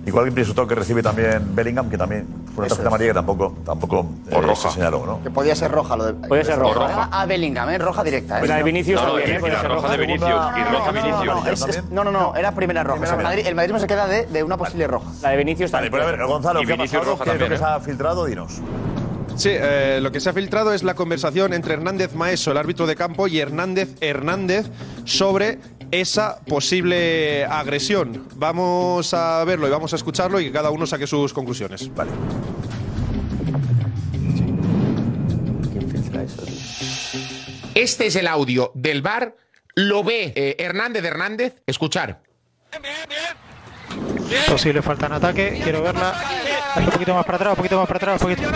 Igual que el insulto que recibe también Bellingham, que también fue una
Eso
tarjeta
es.
amarilla que tampoco, tampoco eh, se señaló, ¿no?
Que podía ser roja lo de.
Podía ser roja.
Agrega A Bellingham, ¿eh? Roja directa. ¿eh?
Pero la de Vinicius No, no, también, y ¿eh? Podía la ser roja roja. de Vinicius, y
No,
roja
no, no,
Vinicius.
no, no, es- es- No, no, no, era primera roja. O sea,
Primera.
Madrid- el Madrid se queda de, de una posible roja.
La de Vinicius
Vale, pero a ver, Gonzalo, ¿qué ha pasado? ¿Qué es lo que se ha filtrado? Dinos.
Sí, eh, lo que se ha filtrado es la conversación entre Hernández Maeso, el árbitro de campo, y Hernández Hernández sobre esa posible agresión. Vamos a verlo y vamos a escucharlo y que cada uno saque sus conclusiones.
Vale. pues-
Este es el audio del bar. Lo ve eh, Hernández de Hernández. Escuchar.
Posible falta en ataque, quiero verla. Un poquito más para atrás, un poquito más para atrás, un poquito.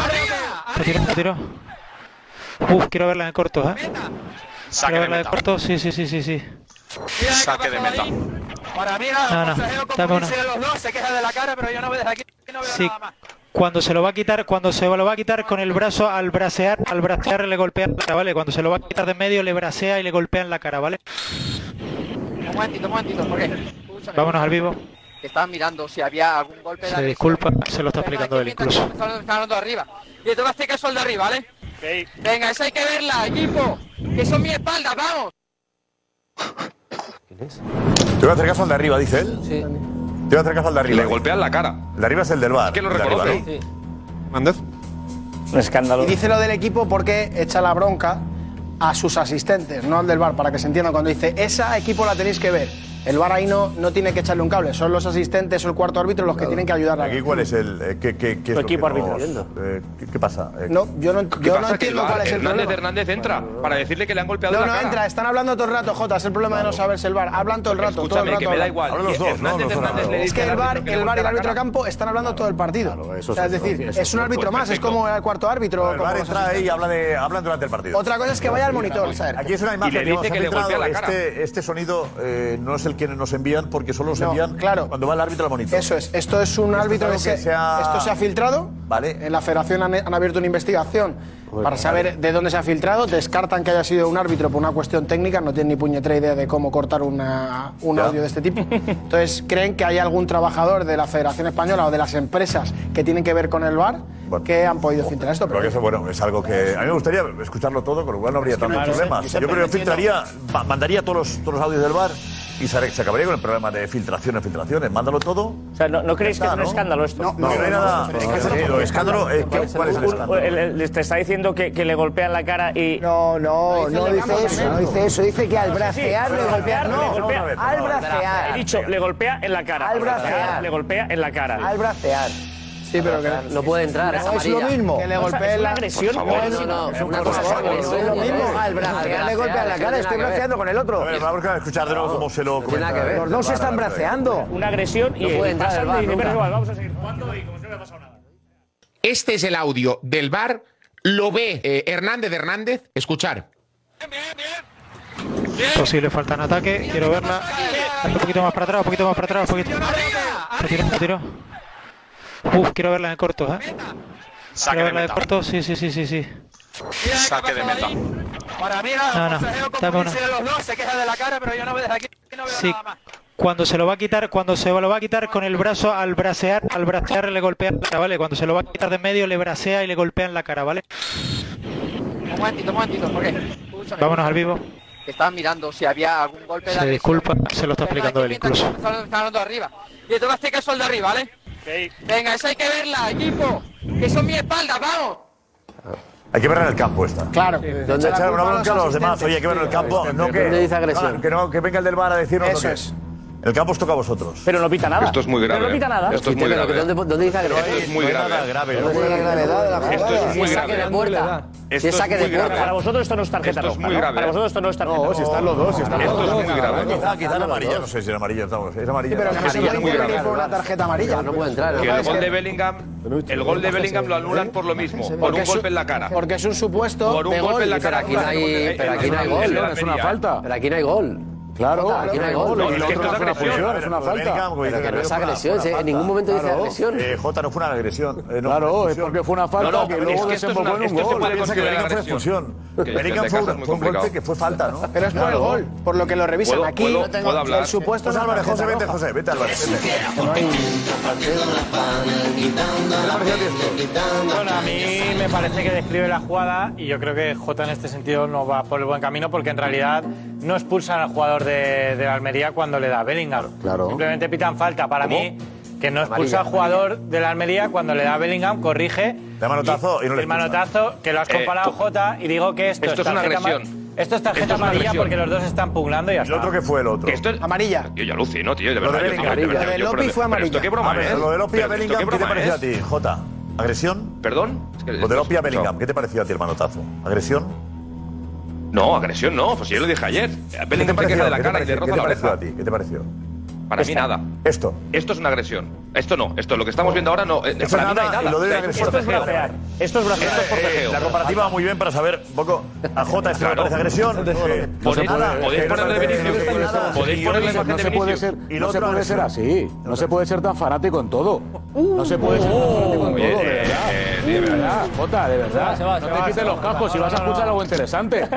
Se tiró, se tiró. Uf, quiero verla de cortos, eh. Quiero verla de cortos, sí, sí, sí, sí, sí.
Saque de meta.
Para mí,
No, no, dame una.
los dos se queja de la cara, pero yo no veo desde aquí.
Sí. Cuando se lo va a quitar, cuando se lo va a quitar con el brazo al bracear, al bracear le golpea en la cara, ¿vale? Cuando se lo va a quitar de en medio le bracea y le golpea en la cara, ¿vale?
Un momentito, un momentito, Jorge. Escúchame.
Vámonos al vivo.
Que estaban mirando si había algún golpe de
Se disculpa, se lo está explicando él incluso.
Estaban estaban los de arriba. Y le toca hacer caso al de arriba, ¿vale? Venga, esa hay que verla, equipo. Que son mi espalda, vamos.
Te voy a hacer caso al de arriba, dice él. Sí. Te voy a hacer caso al de arriba.
Le golpean la cara.
El de arriba es el del bar.
Es que lo
el de arriba,
reconoce.
¿no?
Un escándalo.
Y dice lo del equipo porque echa la bronca a sus asistentes, no al del bar, para que se entienda cuando dice, esa equipo la tenéis que ver. El bar ahí no, no tiene que echarle un cable, son los asistentes o el cuarto árbitro los que tienen que ayudarla.
Aquí, ¿cuál es el. eh, qué, qué, qué es
Tu
lo que
equipo
nos-
arbitrando.
eh, ¿qué, qué pasa? Eh,
No, yo no,
¿Qué
yo no
pasa? Que el
entiendo
bar-
cuál es el
Hernández
problema.
Hernández entra para decirle que le han golpeado
No,
la
no
cara.
entra, están hablando todo el rato, Jota, es el problema de no saberse el bar. Hablan todo el rato, todo el
Escúchame,
rato.
que me da
hablan.
igual. Hablan los dos, ¿no? Hernández Los dos, Hernández ¿no? le
Es
dice
que el
al
bar,
árbitro que le
el bar y el
golpea la
árbitro de
cara.
campo están hablando todo el partido.
eso
O sea,
sí,
es decir,
eso sí,
es un
pues
árbitro más, es
perfecto.
como el cuarto árbitro.
el
como
bar
los
entra ahí
asistentes.
y habla de, hablan durante el partido.
Otra cosa es que vaya al monitor.
Aquí es una imagen
Y le
nos
dice
ha
que le
filtrado.
golpea la cara.
Este, este sonido eh, no es el que nos envían porque solo nos
No,
envían cuando va el árbitro al monitor.
Eso es, esto es un árbitro
algo
que,
que
se,
se ha-
esto se ha filtrado.
Vale.
En la federación han, han abierto una investigación para saber de dónde se ha filtrado. Descartan que haya sido un árbitro por una cuestión técnica, no tienen ni puñetera idea de cómo cortar una, un
Ya.
audio de este tipo. Entonces, creen que hay algún trabajador de la Federación Española o de las empresas que tienen que ver con el VAR que han podido filtrar esto.
Pero que eso, bueno, es algo que. A mí me gustaría escucharlo todo, con lo cual no habría
Es que
tantos
no lo sé,
problemas.
yo
Yo
siempre
creo que
me entiendo.
filtraría, ma- mandaría todos los, todos los audios del bar y se, se acabaría con el problema de filtraciones, filtraciones. Mándalo todo. O
sea, ¿no, no creéis que es un escándalo esto?
No, no, hay nada.
no, no,
no,
no,
no,
no,
no, escándalo, eh, ¿qué- ¿Cuál es el
Un-
escándalo?
el- el- Te está diciendo que, que le golpean la cara y.
No, no,
no dice
eso, no dice eso, dice que al bracear le golpea. No, al
He
bracear.
dicho, le golpea en la cara. Al bracear. Le golpea en la cara.
Al bracear.
Sí, pero que
No puede entrar, es amarilla.
Que le golpee
es una
la-
agresión.
Por favor. No, no,
es una
una cosa
agresión.
es lo mismo.
Al bracear le golpea en la cara, estoy braceando con el otro.
A ver, vamos a escuchar de nuevo cómo se lo comenta.
Los dos se están braceando.
Una agresión
y- No puede y entrar pasan el bar, y- nunca. pero igual,
vamos a seguir.
Este es el audio del bar. Lo ve eh, Hernández de Hernández. Escuchar.
Posible falta en ataque, quiero verla. Un poquito más para atrás, un poquito más para atrás, un poquito. Se tiró, se tiró. Uf, quiero verla de cortos, eh. Quiero verla de cortos, sí, sí, sí, sí, sí.
Saque de meta.
Para mí,
No, no, dame una.
se los dos se queja de la cara, pero yo no veo desde aquí.
Sí. Cuando se lo va a quitar, cuando se lo va a quitar con el brazo al bracear, al bracear le golpea en la cara, ¿vale? Cuando se lo va a quitar de en medio le bracea y le golpea en la cara, ¿vale?
Un momentito, un momentito, Jorge. Escúchame.
Vámonos al vivo.
Que estaban mirando si había algún golpe de
Se disculpa, se lo está explicando él incluso.
Estaban estaban los de arriba. Y le toca hacer caso al de arriba, ¿vale? Venga, esa hay que verla, equipo. Que son mi espalda, vamos.
Hay que verla en el campo esta.
Claro.
Donde echar una bronca a los demás. Oye, hay que verlo en el campo. No que, no, que, no, que venga el del bar a decirnos lo
Eso
que
es.
El campo os toca a vosotros.
Pero no pita nada.
Esto es muy grave.
Pero no pita nada.
Esto es muy grave.
¿Dónde, dónde dice agresión?
Esto es muy
No hay
grave.
nada grave.
Esto
No
es
hay
muy
nada gravedad de la
grave.
jugada.
Esto es
Si
muy
es saque
grave.
de puerta. Si es saque de puerta.
Para vosotros esto no es tarjeta
Esto es
roja,
muy
¿no?
grave,
Para
¿eh?
vosotros esto no es tarjeta
No,
roja.
si están los dos, si están los
Esto
dos.
es muy grave.
Quizá, quizá
Están
en
los
amarilla,
dos.
no sé si en amarilla estamos. Es amarilla.
pero que no se
Amarilla,
puede
muy grave.
intervenir por una tarjeta amarilla. No puede entrar.
Que el gol de Bellingham, el gol de Bellingham lo anulan por lo mismo, por
Porque
un
es un-
golpe en la cara.
Porque es un supuesto
Por un
de
golpe
gol.
en la cara.
Pero aquí no hay, pero aquí no hay gol. Pero aquí no hay gol.
Claro,
aquí no hay gol.
No, y lo otro no es una agresión, es una falta.
Pero que no es agresión, ¿eh? en ningún momento dice
Claro.
agresión.
Eh, Jota no fue una agresión. eh, no
Claro,
fue
es porque fue una falta
No, no,
que
pero
luego
es que esto es
desembocó
una-
en un
esto se
gol.
puede
Piensa que
considerar
Bellingham fue
agresión.
Que
Bellingham
desde
fue,
casa es
un-
muy
fue un golpe
complicado.
que fue falta, ¿no?
Pero es por el
Claro.
gol, por lo que lo revisan.
¿Puedo-
aquí
puedo-
no tengo-
puedo hablar?
el supuesto
José
no es
Álvarez, José,
tarjeta
vete,
roja.
José, vete, Álvarez. vete.
Bueno, a mí me parece que describe la jugada y yo creo que Jota en este sentido no va por el buen camino porque en realidad no expulsan al jugador de, de la Almería cuando le da a Bellingham.
Claro.
Simplemente pitan falta. Para mí, que no expulsa
Amarilla,
al jugador de la Almería cuando le da a Bellingham, corrige.
Da manotazo y no le
el
expulsan.
manotazo que lo has
Eh,
comparado,
tú-
Jota, y digo que esto,
Esto es una
tarjeta ama-
agresión.
Esto es tarjeta
Esto es una
amarilla
agresión.
porque los dos están pugnando y ya
¿Y el otro qué fue el otro?
Amarilla.
Yo ya alucino, tío, de
Lo
verdad.
de
yo-
Bellingham.
de verdad,
Lo de
yo-
Lopi
pero-
fue
pero esto
amarilla.
qué broma
A ver,
es.
lo de Lopi a
Pero esto
Bellingham, ¿qué te
broma ¿eh?
pareció
es.
a ti, Jota? ¿Agresión?
¿Perdón? Es que
Lo de Lopi a
no-
Bellingham, ¿qué te pareció a ti el manotazo? ¿Agresión?
No, agresión no, pues yo lo dije ayer.
¿Qué te
Bellingham se queja de la
¿Qué te
cara y le
pareció?
roza
¿Qué
la
te pareció
oreja.
a ti? ¿Qué te pareció?
Para mí nada.
Esto.
Esto es una agresión. Esto no, esto lo que estamos viendo ahora no. eh,
Esto
para mí no
nada,
hay nada.
y lo de
O sea,
una
esto es
agresión.
forcejeo.
Esto es
brasileño, esto es forcejeo.
La comparativa va muy bien para saber un poco a Jota esto le parece agresión.
Podéis- podéis ponerle Vinicius, podéis ponerle
No se puede ser, no se puede ser así. No se puede ser tan fanático en todo. No se puede ser tan fanático en todo, de verdad. De verdad, Jota, de verdad. no te quites los cascos si vas a escuchar algo interesante.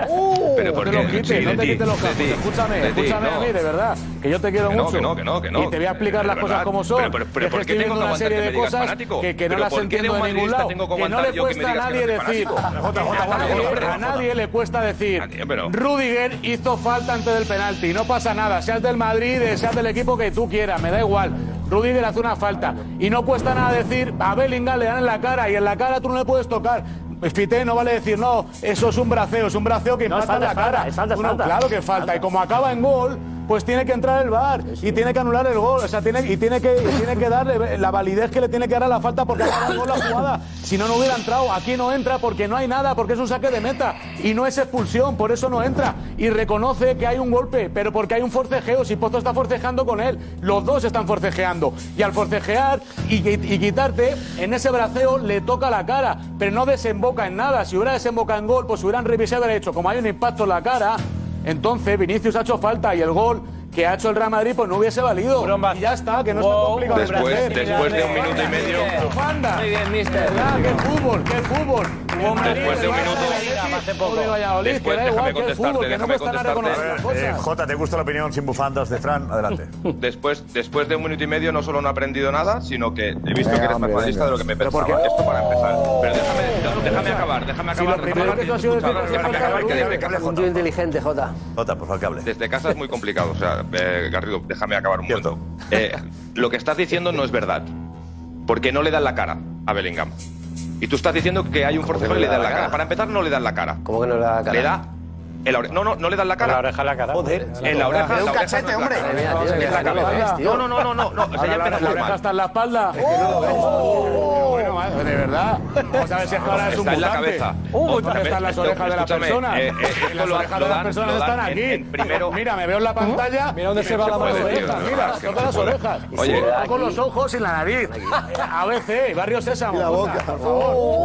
Pero
no
¿por
te
qué?
los quites,
Sí,
no
de
te
ti,
quites los
de
cascos.
ti,
escúchame,
de ti,
escúchame a
no.
mí, de verdad. Que yo te quiero
Que no,
mucho.
que no, que no, que no.
Y te voy a explicar
De
las cosas
verdad.
como son.
Pero, pero, pero,
Es
¿por
que
qué
estoy viendo
tengo que
una
aguantar
serie
que
de
me digas
cosas
fanático?
que, que no
Pero
las
¿por qué de
entiendo
un
en ningún
madridista
lado.
tengo que
Que no
aguantar
le
yo que me
cuesta a
digas que
nadie
no soy
decir.
fanático?
A nadie- A nadie le cuesta decir.
pero-
Rudiger hizo falta antes del penalti. No pasa nada. Seas del Madrid, eh, seas del equipo que tú quieras. Me da igual. Rudiger hace una falta. Y no cuesta nada decir. A Bellingham le dan en la cara. Y en la cara tú no le puedes tocar. Fité no vale decir, no, eso es un braceo, es un braceo que
No, es
impacta en la
falta, es falta,
cara.
es falta, es
Bueno,
falta.
claro que falta. Y como acaba en gol, pues tiene que entrar el VAR y tiene que anular el gol. O sea, tiene, y tiene que, y tiene que darle la validez que le tiene que dar a la falta porque acaba en gol la jugada. Si no, no hubiera entrado. Aquí no entra porque no hay nada, porque es un saque de meta. Y no es expulsión, por eso no entra. Y reconoce que hay un golpe, pero porque hay un forcejeo. Si Pozo está forcejeando con él, los dos están forcejeando. Y al forcejear y, qui- y quitarte, en ese braceo le toca la cara, pero no desemboca en nada. Si hubiera desembocado en gol, pues hubieran revisado y hubieran hecho. Como hay un impacto en la cara, entonces Vinicius ha hecho falta y el gol que ha hecho el Real Madrid pues no hubiese valido. Y ya está, que no es tan complicado de
Después,
hacer.
después de un minuto y medio.
Banda. Muy bien, mister. ¿Qué fútbol? ¿Qué fútbol?
Después de un minuto.
Pobre Valladolid,
Después,
que da igual
déjame
que el
contestarte,
fútbol, que no
déjame
cuesta nada reconocer las
contestarte.
cosas.
Jota, ¿te gusta la opinión sin bufandas de Fran? Adelante.
Después, después de un minuto y medio no solo no he aprendido nada, sino que he visto que eres más madridista de lo que me pensaba. Esto para empezar. Pero déjame, no, déjame acabar, déjame acabar. déjame acabar, que yo escucho, déjame acabar, que desde casa-
Un tío inteligente, Jota.
Jota, por favor, que hable.
Desde casa es muy complicado. O sea, eh, Garrido, déjame acabar un momento. Eh, lo que estás diciendo no es verdad. Porque no le dan la cara a Bellingham. Y tú estás diciendo que hay un forcejeo y le dan la cara. Para empezar, no le dan la cara.
¿Cómo que no le da la cara?
Le da. en la ore- No, no, no le dan la cara.
La oreja, la cara.
Joder, en la oreja.
Es
la
un
oreja
cachete,
no es la
hombre.
cara.
Mira, tío,
Es la
que no lo
cabeza.
ves, tío.
No, no, no, no, no, no. O sea, ya
Ahora la-
empezaste
la
mal.
oreja está en la espalda. Oh, Bueno, madre, de verdad. Vamos a ver si es que ahora es un
Está en la
mutante.
cabeza.
Uh,
Otra
¿Dónde
vez,
están las
esto,
orejas de la
escúchame,
persona?
eh, eh,
Y
esto
Las
lo-
orejas
lo
de las
dan-
personas
lo dan
están
en-
aquí.
en primero.
Mira, me veo en la pantalla. Mira dónde
se va la mano de
oreja.
Dios,
Mira,
no, es que no
toca
se
las
puede.
orejas.
Oye.
Toca con los ojos y la nariz. A veces, eh, barrio Sésamo. la boca. Por favor.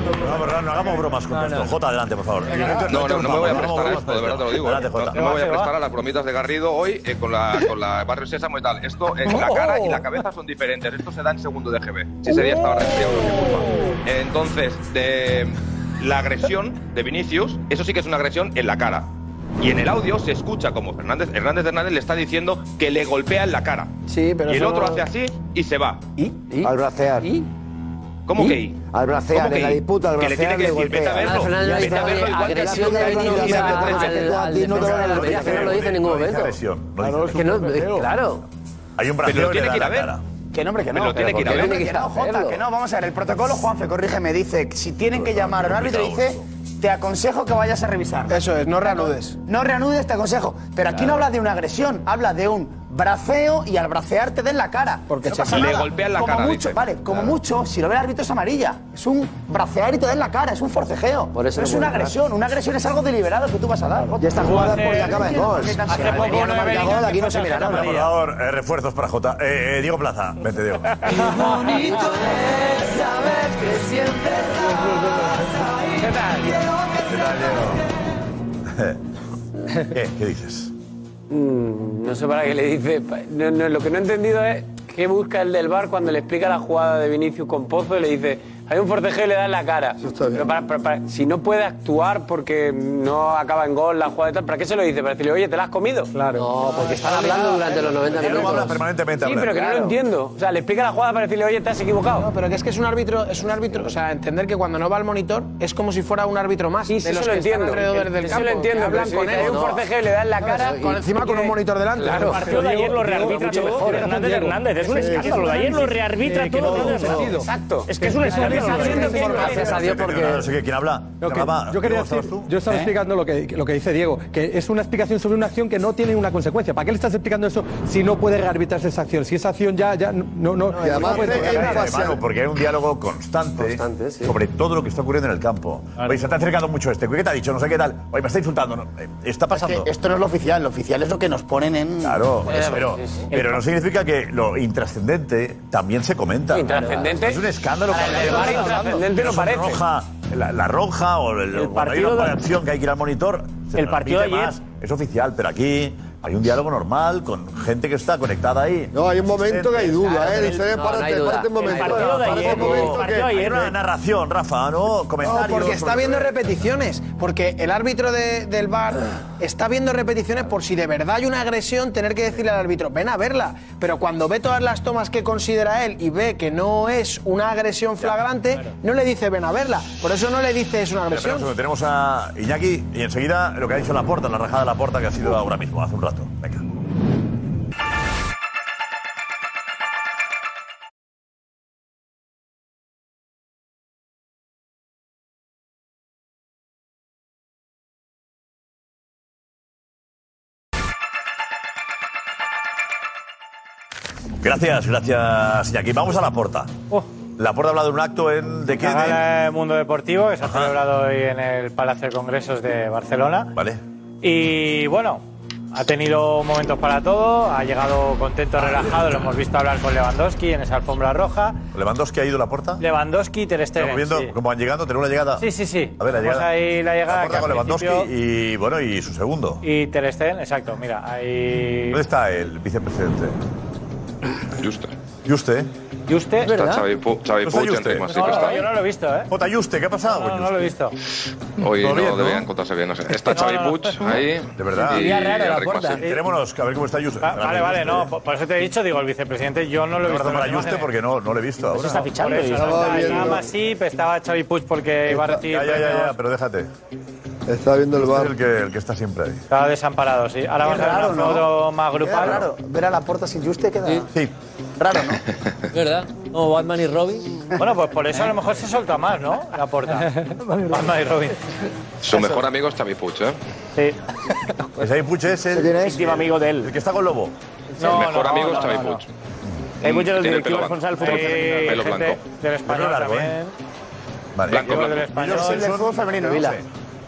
No, pero no hagamos bromas con esto. Jota, adelante, por favor.
No, no, no me voy a prestar a esto, de verdad te lo digo. eh.
Adelante,
No,
Jota.
no me voy a prestar a las bromitas de Garrido hoy eh, con, la, con la Barrio Sésamo y tal. Esto, eh, la cara y la cabeza son diferentes. Esto se da en segundo de GB. Si ese día estaba resfriado, no es mi culpa. Entonces, de la agresión de Vinicius, eso sí que es una agresión en la cara. Y en el audio se escucha como Fernández, Hernández Hernández le está diciendo que le golpea en la cara.
Sí, pero
y el
eso
otro
no-
hace así y se va.
Al bracear.
¿Cómo
¿Y?
que y?
Al bracear,
¿Cómo que
en la
y?
disputa, al
Que le tiene
bracear
que
le
decir, vete a
golpea.
verlo.
Fernández
Vete a verlo
dice,
igual que
agresión de
hace tres
Benítez
veces.
al- al- al defensor de la Almería, que no lo dice en ningún momento.
Agresión.
Es que no, claro.
Hay un
Pero
brazo
lo
que le
tiene
da
que ir a
la
ver.
cara.
Que no, hombre, que no.
Pero lo tiene que ir a ver.
Hombre, que no, Jota, que no. Vamos a ver, el protocolo, Juanfe, corrígeme, dice, que si tienen que llamar a un árbitro, dice, te aconsejo que vayas a revisar. Eso es, no reanudes. No reanudes, te aconsejo. Pero aquí no habla de una agresión, habla de un braceo y al bracear te den la cara. Porque no
se-
pasa
Le
nada.
golpean la
Como
cara,
Mucho,
dice.
vale, como mucho, si lo ve el árbitro es amarilla. Es un bracear y te den la cara, es un forcejeo.
Por eso
No
no
es una
puede
agresión, una agresión es algo deliberado que tú vas a dar. Jota.
Y esta
jugada es porque acaba en gol.
Qué tan
Hace
serio.
poco
Almería no
no
marca gol, aquí no se mira
Por
nada.
favor, eh, refuerzos para Jota. Eh, eh, Diego Plaza, vente, Diego.
Bonito es saber que siempre estás ¿Qué tal?
¿Qué tal, Diego? Eh, ¿Qué? ¿Qué dices?
Mm, no sé para qué le dice. pa- no, no, lo que no he entendido es qué busca el del bar cuando le explica la jugada de Vinicius con Pozo y le dice. Hay un forcejeo y le da en la cara. Pero para- para- para- si no puede actuar porque no acaba en gol la jugada y tal, ¿para qué se lo dice? Para decirle, oye, ¿te la has comido? Claro. No, porque
están hablando durante los 90
minutos.
habla permanentemente
Sí,
hablando.
pero que no
Claro.
lo entiendo. O sea, le explica la jugada para decirle, oye, te has equivocado.
No, pero que es que es un árbitro, es un árbitro, o sea, entender que cuando no va al monitor es como si fuera un árbitro más.
Sí, sí,
de los
eso lo
que están
entiendo.
alrededor del
Eso
campo,
lo
que
entiendo,
hablan
pero si
con
dice,
él.
hay un forcejeo, le dan la
¿Sabes?
cara,
Con, encima con un monitor delante.
Claro. El partido de ayer lo rearbitra todo, Hernández Hernández, es un escándalo, lo de ayer lo rearbitra todo, Hernández Hernández. Exacto. Es que es un escándalo,
Gracias
que-
Gracias a Dios porque... No sé qué, quién habla.
No, que-
¿Quién habla?
yo quería
Diego, ¿estabas
decir,
tú?
yo estaba
¿Eh?
explicando lo que, lo que dice Diego, que es una explicación sobre una acción que no tiene una consecuencia. ¿Para qué le estás explicando eso si no puede rearbitrarse esa acción? Si esa acción ya, ya no, no, no,
Y además
no puede-
hace énfasis al- porque hay un diálogo constante, sobre todo lo que está ocurriendo en el campo. Oye, se te ha acercado mucho este. ¿Qué te ha dicho? No sé qué tal. Oye, me está insultando. No, eh, Está pasando.
Es que esto no es lo oficial, lo oficial es lo que nos ponen en.
Claro,
Bueno,
eso, pero,
Em, sí, sí.
pero no significa que lo intrascendente también se comenta.
Intrascendente.
Es un escándalo.
Para el del VAR intrascendente no
Son
parece.
roja, la, la roja o el, cuando hay
partido
una
de-
acción que hay que ir al monitor. se
El partido de
transmite
ayer-
más. Es oficial, pero aquí hay un diálogo normal con gente que está conectada ahí. No,
hay un momento que hay duda, ¿eh? Dice, párate, párate un momento.
El partido de ayer. Una narración, Rafa, ¿no?
No,
Comentarios.
porque está viendo repeticiones. Porque el árbitro de- del bar está viendo repeticiones por si de verdad hay una agresión, tener que decirle al árbitro, ven a verla. Pero cuando ve todas las tomas que considera él y ve que no es una agresión flagrante, no le dice, ven a verla. Por eso no le dice, es una
Espera, espera
agresión.
un segundo, tenemos a Iñaki y enseguida lo que ha dicho la puerta, la rajada de la puerta que ha sido ahora mismo, hace un rato. Venga. Gracias, gracias Iñaki. Vamos a la puerta. La puerta ha hablado de un acto en de qué
La
de-
gala de Mundo Deportivo que se ha celebrado hoy en el Palacio de Congresos de Barcelona.
Vale.
Y bueno, ha tenido momentos para todo, ha llegado contento, relajado, lo hemos visto hablar con Lewandowski en esa alfombra roja.
Lewandowski ha ido a la puerta.
Lewandowski y Ter
Estamos
Stegen.
viendo
sí.
cómo van llegando, tenemos la llegada.
Sí, sí, sí.
A ver, la
Vemos
llegada.
ahí la llegada,
La puerta
que
con
al
Lewandowski
principio-
y bueno, y ¿Eh? su segundo.
Y Ter Stegen, exacto, mira, ahí...
¿Dónde está el vicepresidente?
Juste.
Juste.
Juste,
Está Xavi, Pu Xavi
¿No está
Puig,
Juste?
Enric Mas, sí
No,
que
no,
está.
yo no lo he visto, ¿eh?
Jota Juste, ¿qué ha pasado?
No, no, no lo he visto.
Hoy
Todo
no
bien, ¿no?
deberían contarse bien, no sé. Está Xavi Puig ahí.
De verdad.
Y Enric Mas, sí.
Tenémonos, a ver cómo está Juste.
Ah, Vale, vale, no, por por eso te he dicho, digo, el vicepresidente, yo no lo he
Tengo
visto.
razón
en las
para Juste
imágenes.
porque no, no lo he visto ahora.
Por eso, no, estaba, estaba Masip, pues estaba Xavi Puig porque iba a recibir
Ya, ya, ya, ya,
premios.
pero déjate.
Está viendo el
bar. Es el que, el que está siempre ahí.
Estaba desamparado, sí. Ahora
Qué
vamos a ver
raro,
una
¿no?
foto más grupal.
Claro, ver a la puerta sin Juste queda.
Sí.
Raro, ¿no?
¿Verdad? Como Batman y Robin. Bueno, pues por eso a lo mejor se solta más, ¿no? La puerta. Batman y Robin.
Su mejor amigo es Xavi Puig, ¿eh?
Sí.
Pues ahí Puche es el
Íntimo
amigo de él. El que está con Lobo.
Su mejor amigo es Xavi Puig.
Hay muchos
Tiene el
directivos
pelo
responsables
blanco.
del fútbol
Sí,
femenino.
Pelo
Gente
blanco.
Del español ¿eh?
largo,
también.
Vale.
Blanco,
Yo-
blanco.
del español.
Yo soy del fútbol femenino,
No
Vila.
sé.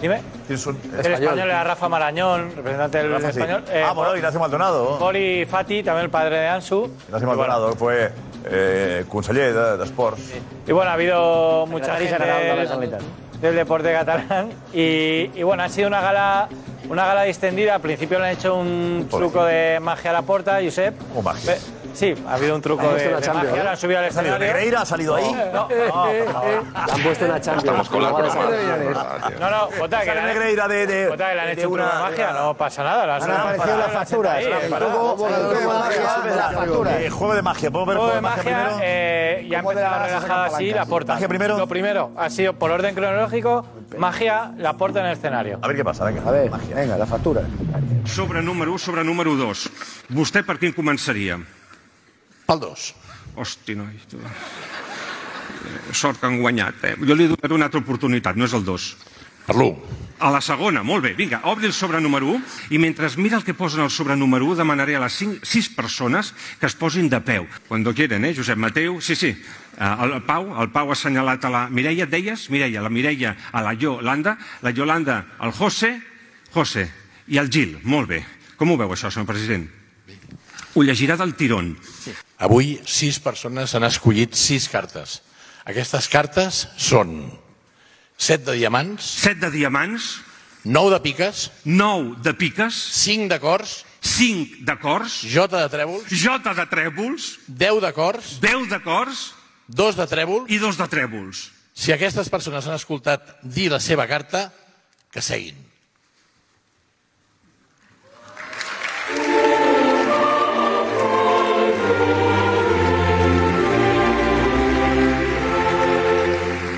Dime.
¿Quiénes son?
El español era Rafa Marañón, representante del
Rafa, sí.
español.
Ah, bueno, Ignacio Maldonado.
Cori Fati, también el padre de Ansu.
Ignacio Maldonado fue eh, conseller de, de Sports.
Y bueno, ha habido mucha
Secretaris
gente
generales de la
del, del deporte catalán. Y, y bueno, ha sido una gala, una gala distendida. Al principio le han hecho un truco de magia a la puerta, Josep.
¿Cómo magia?
Pe- Sí, ha habido un truco
Han
de,
puesto una
de
Champions,
magia.
¿eh?
Le han subido al
¿Ha salido
escenario.
Negreira? ¿Ha salido ahí?
No, no, por favor.
Han puesto una
Estamos con las bromas.
No, no, Jota, que le han,
Negreira de, de,
Jota, que le Pues han
de
hecho un truco de
una-
magia, no pasa nada. Le han subido al
aparecido
escenario, le han sentado ahí,
Eh, juego de magia, ¿puedo ver
Juego de magia, eh, ya ha empezado relajada así la porta.
Magia primero.
Lo primero ha sido por orden cronológico, magia, la porta en el escenario.
A ver qué passa, vinga.
A veure, vinga, la factura.
Sobre número 1, sobre número 2. Vostè per quin començaria?
Pel 2.
Hosti, noi. Tu. Eh, Sort que han guanyat. Eh? Jo li donaré una altra oportunitat, no és el 2. Per l'1. A la segona, molt bé. Vinga, obri el sobre número 1 i mentre mira el que posen al sobre número 1 demanaré a les 5, 6 persones que es posin de peu. Quan quieran, eh? Josep Mateu, sí, sí. Eh, El Pau, el Pau ha assenyalat a la Mireia, et deies? Mireia, la Mireia, a la Yolanda, la Yolanda, el José, José i el Gil. Molt bé. Com ho veu això, senyor president? Ho llegirà del tirón.
Avui, sis persones han escollit sis cartes. Aquestes cartes són set de diamants...
Set de diamants...
Nou de piques...
Nou de piques...
Cinc d'acords...
Cinc d'acords...
Jota de trèvols...
Jota de trèvols...
Deu d'acords...
Deu d'acords...
Dos de trèvol...
I dos de trèvols.
Si aquestes persones han escoltat dir la seva carta, que seguin.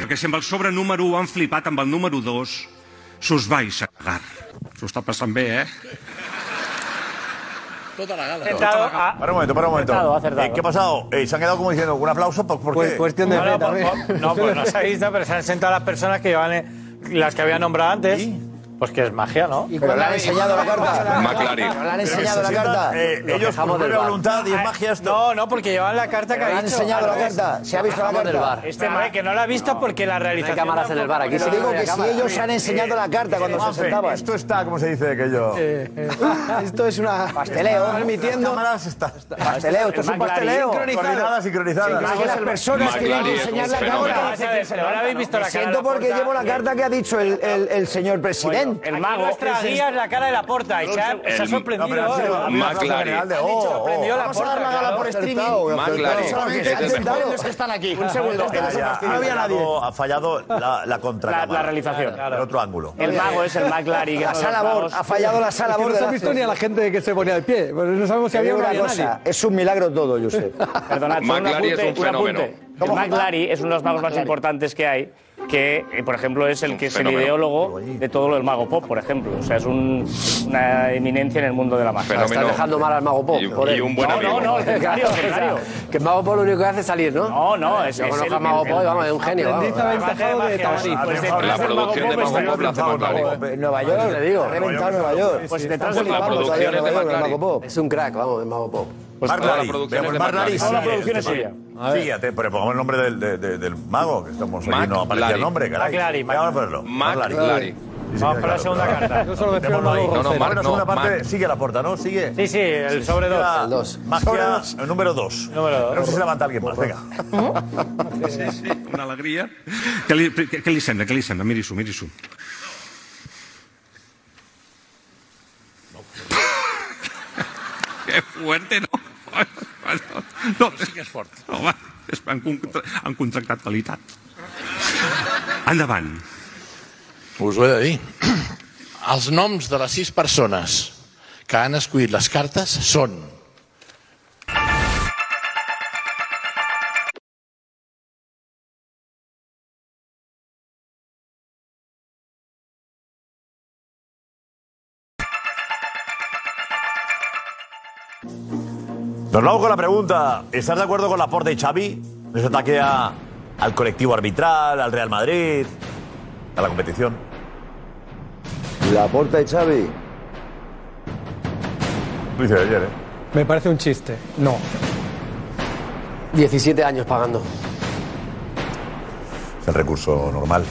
Perquè si amb el sobre número 1 han flipat amb el número 2, s'us vais a cagar. S'ho està passant bé, eh?
Tota la gala.
Acertado,
ah.
Para un momento, para un momento.
Acertado, acertado.
Eh, ¿Qué ha pasado? Eh, se han quedado como diciendo, un aplauso, ¿por,
Pues
por qué?
no, no,
¿eh?
por- por- no, pues no se ha visto, pero se han sentado las personas que llevan eh, las que había nombrado antes. Pues que es magia, ¿no?
Pero cuando le han habéis- enseñado la carta.
McLaren.
Pero eh, le han enseñado la carta. Nos dejamos del bar.
Ah, No, no, porque llevan la carta que
Pero
ha
le han
dicho.
enseñado
Al
la
revés.
carta. Se ha visto la
Dejamos
carta.
Este hombre que no la ha visto porque la realización...
cámaras en el bar, aquí
se
se digo que si ellos han enseñado la carta cuando se sentaban.
Esto está, como se dice aquello.
Eh,
Esto es una.
Pasteleo. ¿eh?
Permitiendo.
Pasteleo, esto es un pasteleo.
Coordinadas, sincronizadas.
Sincronizadas.
Sincronizadas.
Las personas que
McLaren
tienen que
es un
enseñar la
fenómeno.
cámara.
Vamos a ver,
Se
no la habéis visto la
Me
cara de
Siento
la
porque
puerta.
llevo la carta que ha dicho el, el- el señor presidente.
El mago. Nuestra guía es la cara de la porta y se ha, se ha
El-
sorprendido.
no, pero
¿eh?
ha sido- ha sido McLaren. general de,
Han dicho,
oh,
sorprendido
oh.
la
Vamos a
porta.
dar la gala
claro.
por streaming. McLaren. Solamente
Es el
han sentado
mejor.
los que están aquí.
Un segundo,
Ya, ya.
no había nadie. Ha fallado la, la contracámara.
La- la realización.
El otro ángulo.
El mago es el McLaren, que La son sala los Bor- magos. ha fallado la sala
Es que
Bor de
No se ha
las
visto ni
tres.
a la gente que se ponía de pie. Bueno, No sabemos si
Te
había
digo
o no
una
había
cosa,
nadie.
es un milagro todo, Josep.
Perdonad, solo un
McLaren es
apunte,
un fenómeno.
apunte. El
¿Cómo?
McLaren es uno de los magos más importantes que hay, que, eh, por ejemplo, es el que es el
fenómeno.
ideólogo de todo lo del mago pop, por ejemplo. O sea, es un- una eminencia en el mundo de la magia.
Fenómeno. Estás dejando mal al mago pop, Y- por él. y un buen
no, No,
amigo.
no, al contrario, al contrario.
Que Mago Pop lo único que hace es salir, ¿no?
No, no, es
Yo
es
conozco
el-
a Mago
el-
Pop,
el-
vamos, es un genio. vamos.
Pues detrás del Mago Pop está- ¿eh?
En Nueva York, le digo. Reventado Nueva York.
Pues
Sí,
detrás
sí,
del
sí.
Mago Pop
Todavía en Nueva
está-
York, el Mago Pop. Es un crack, vamos, el Mago Pop.
Marlari. Veamos, Marlari.
Toda la producción es suya.
A ver.
Síguete, pero pongamos el nombre del, de- de- del mago, que estamos aquí,
Mac
no aparece
Lari.
el nombre, caray.
Mac Lari, Mac-
Vamos a ponerlo.
Mac
Marlari.
Lari.
Sí,
Vamos
sí,
para la
claro,
segunda
claro.
carta. Yo solo decía
Démoslo
el
ahí.
mago No, no, Rosero. Marc,
Ahora la segunda
no,
parte
Mac.
sigue la puerta, ¿no? Sigue.
Sí, sí, el sobre dos.
Magia-
El dos.
Magia,
Sobre
el número 2. No sé si levanta alguien más, venga.
Sí, sí, una alegria. Què li, què, què li sembla? Què li sembla? Miri-s'ho, miri-s'ho. Que fuerte, no? No, sí que és fort. Home, és- han, contra han contractat qualitat. Endavant.
Us ho he de dir. Els noms de les sis persones que han escollit les cartes són...
Nos vamos con la pregunta. ¿Estás de acuerdo con la aporte de Xavi? En su ataque a- al colectivo arbitral, al Real Madrid, a la competición.
La porta de Xavi.
Lo hice ayer, ¿eh?
Me parece un chiste. No.
17 años pagando.
Es el recurso normal.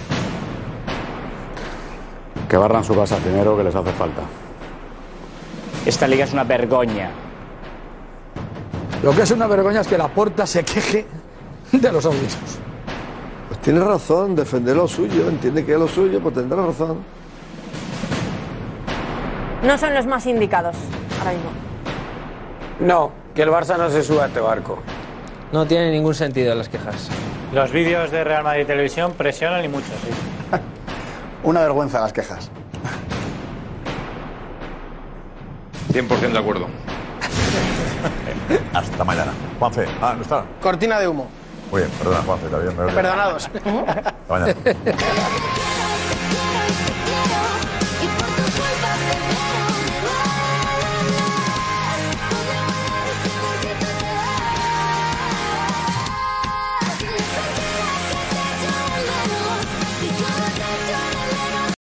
Que barran su casa primero, que les hace falta.
Esta liga es una vergoña.
Lo que es una vergüenza es que la porta se queje de los árbitros.
Pues tiene razón, defender lo suyo, entiende que es lo suyo, pues tendrá razón.
No son los más indicados ahora mismo.
No, que el Barça no se suba a este barco.
No tiene ningún sentido las quejas.
Los vídeos de Real Madrid Televisión presionan y mucho, sí.
Una vergüenza las quejas.
100% de acuerdo.
Hasta mañana. Juanfe. Ah, no está.
Cortina de humo.
Muy bien, perdona, Juanfe, todavía me
Perdonados.
Hasta mañana.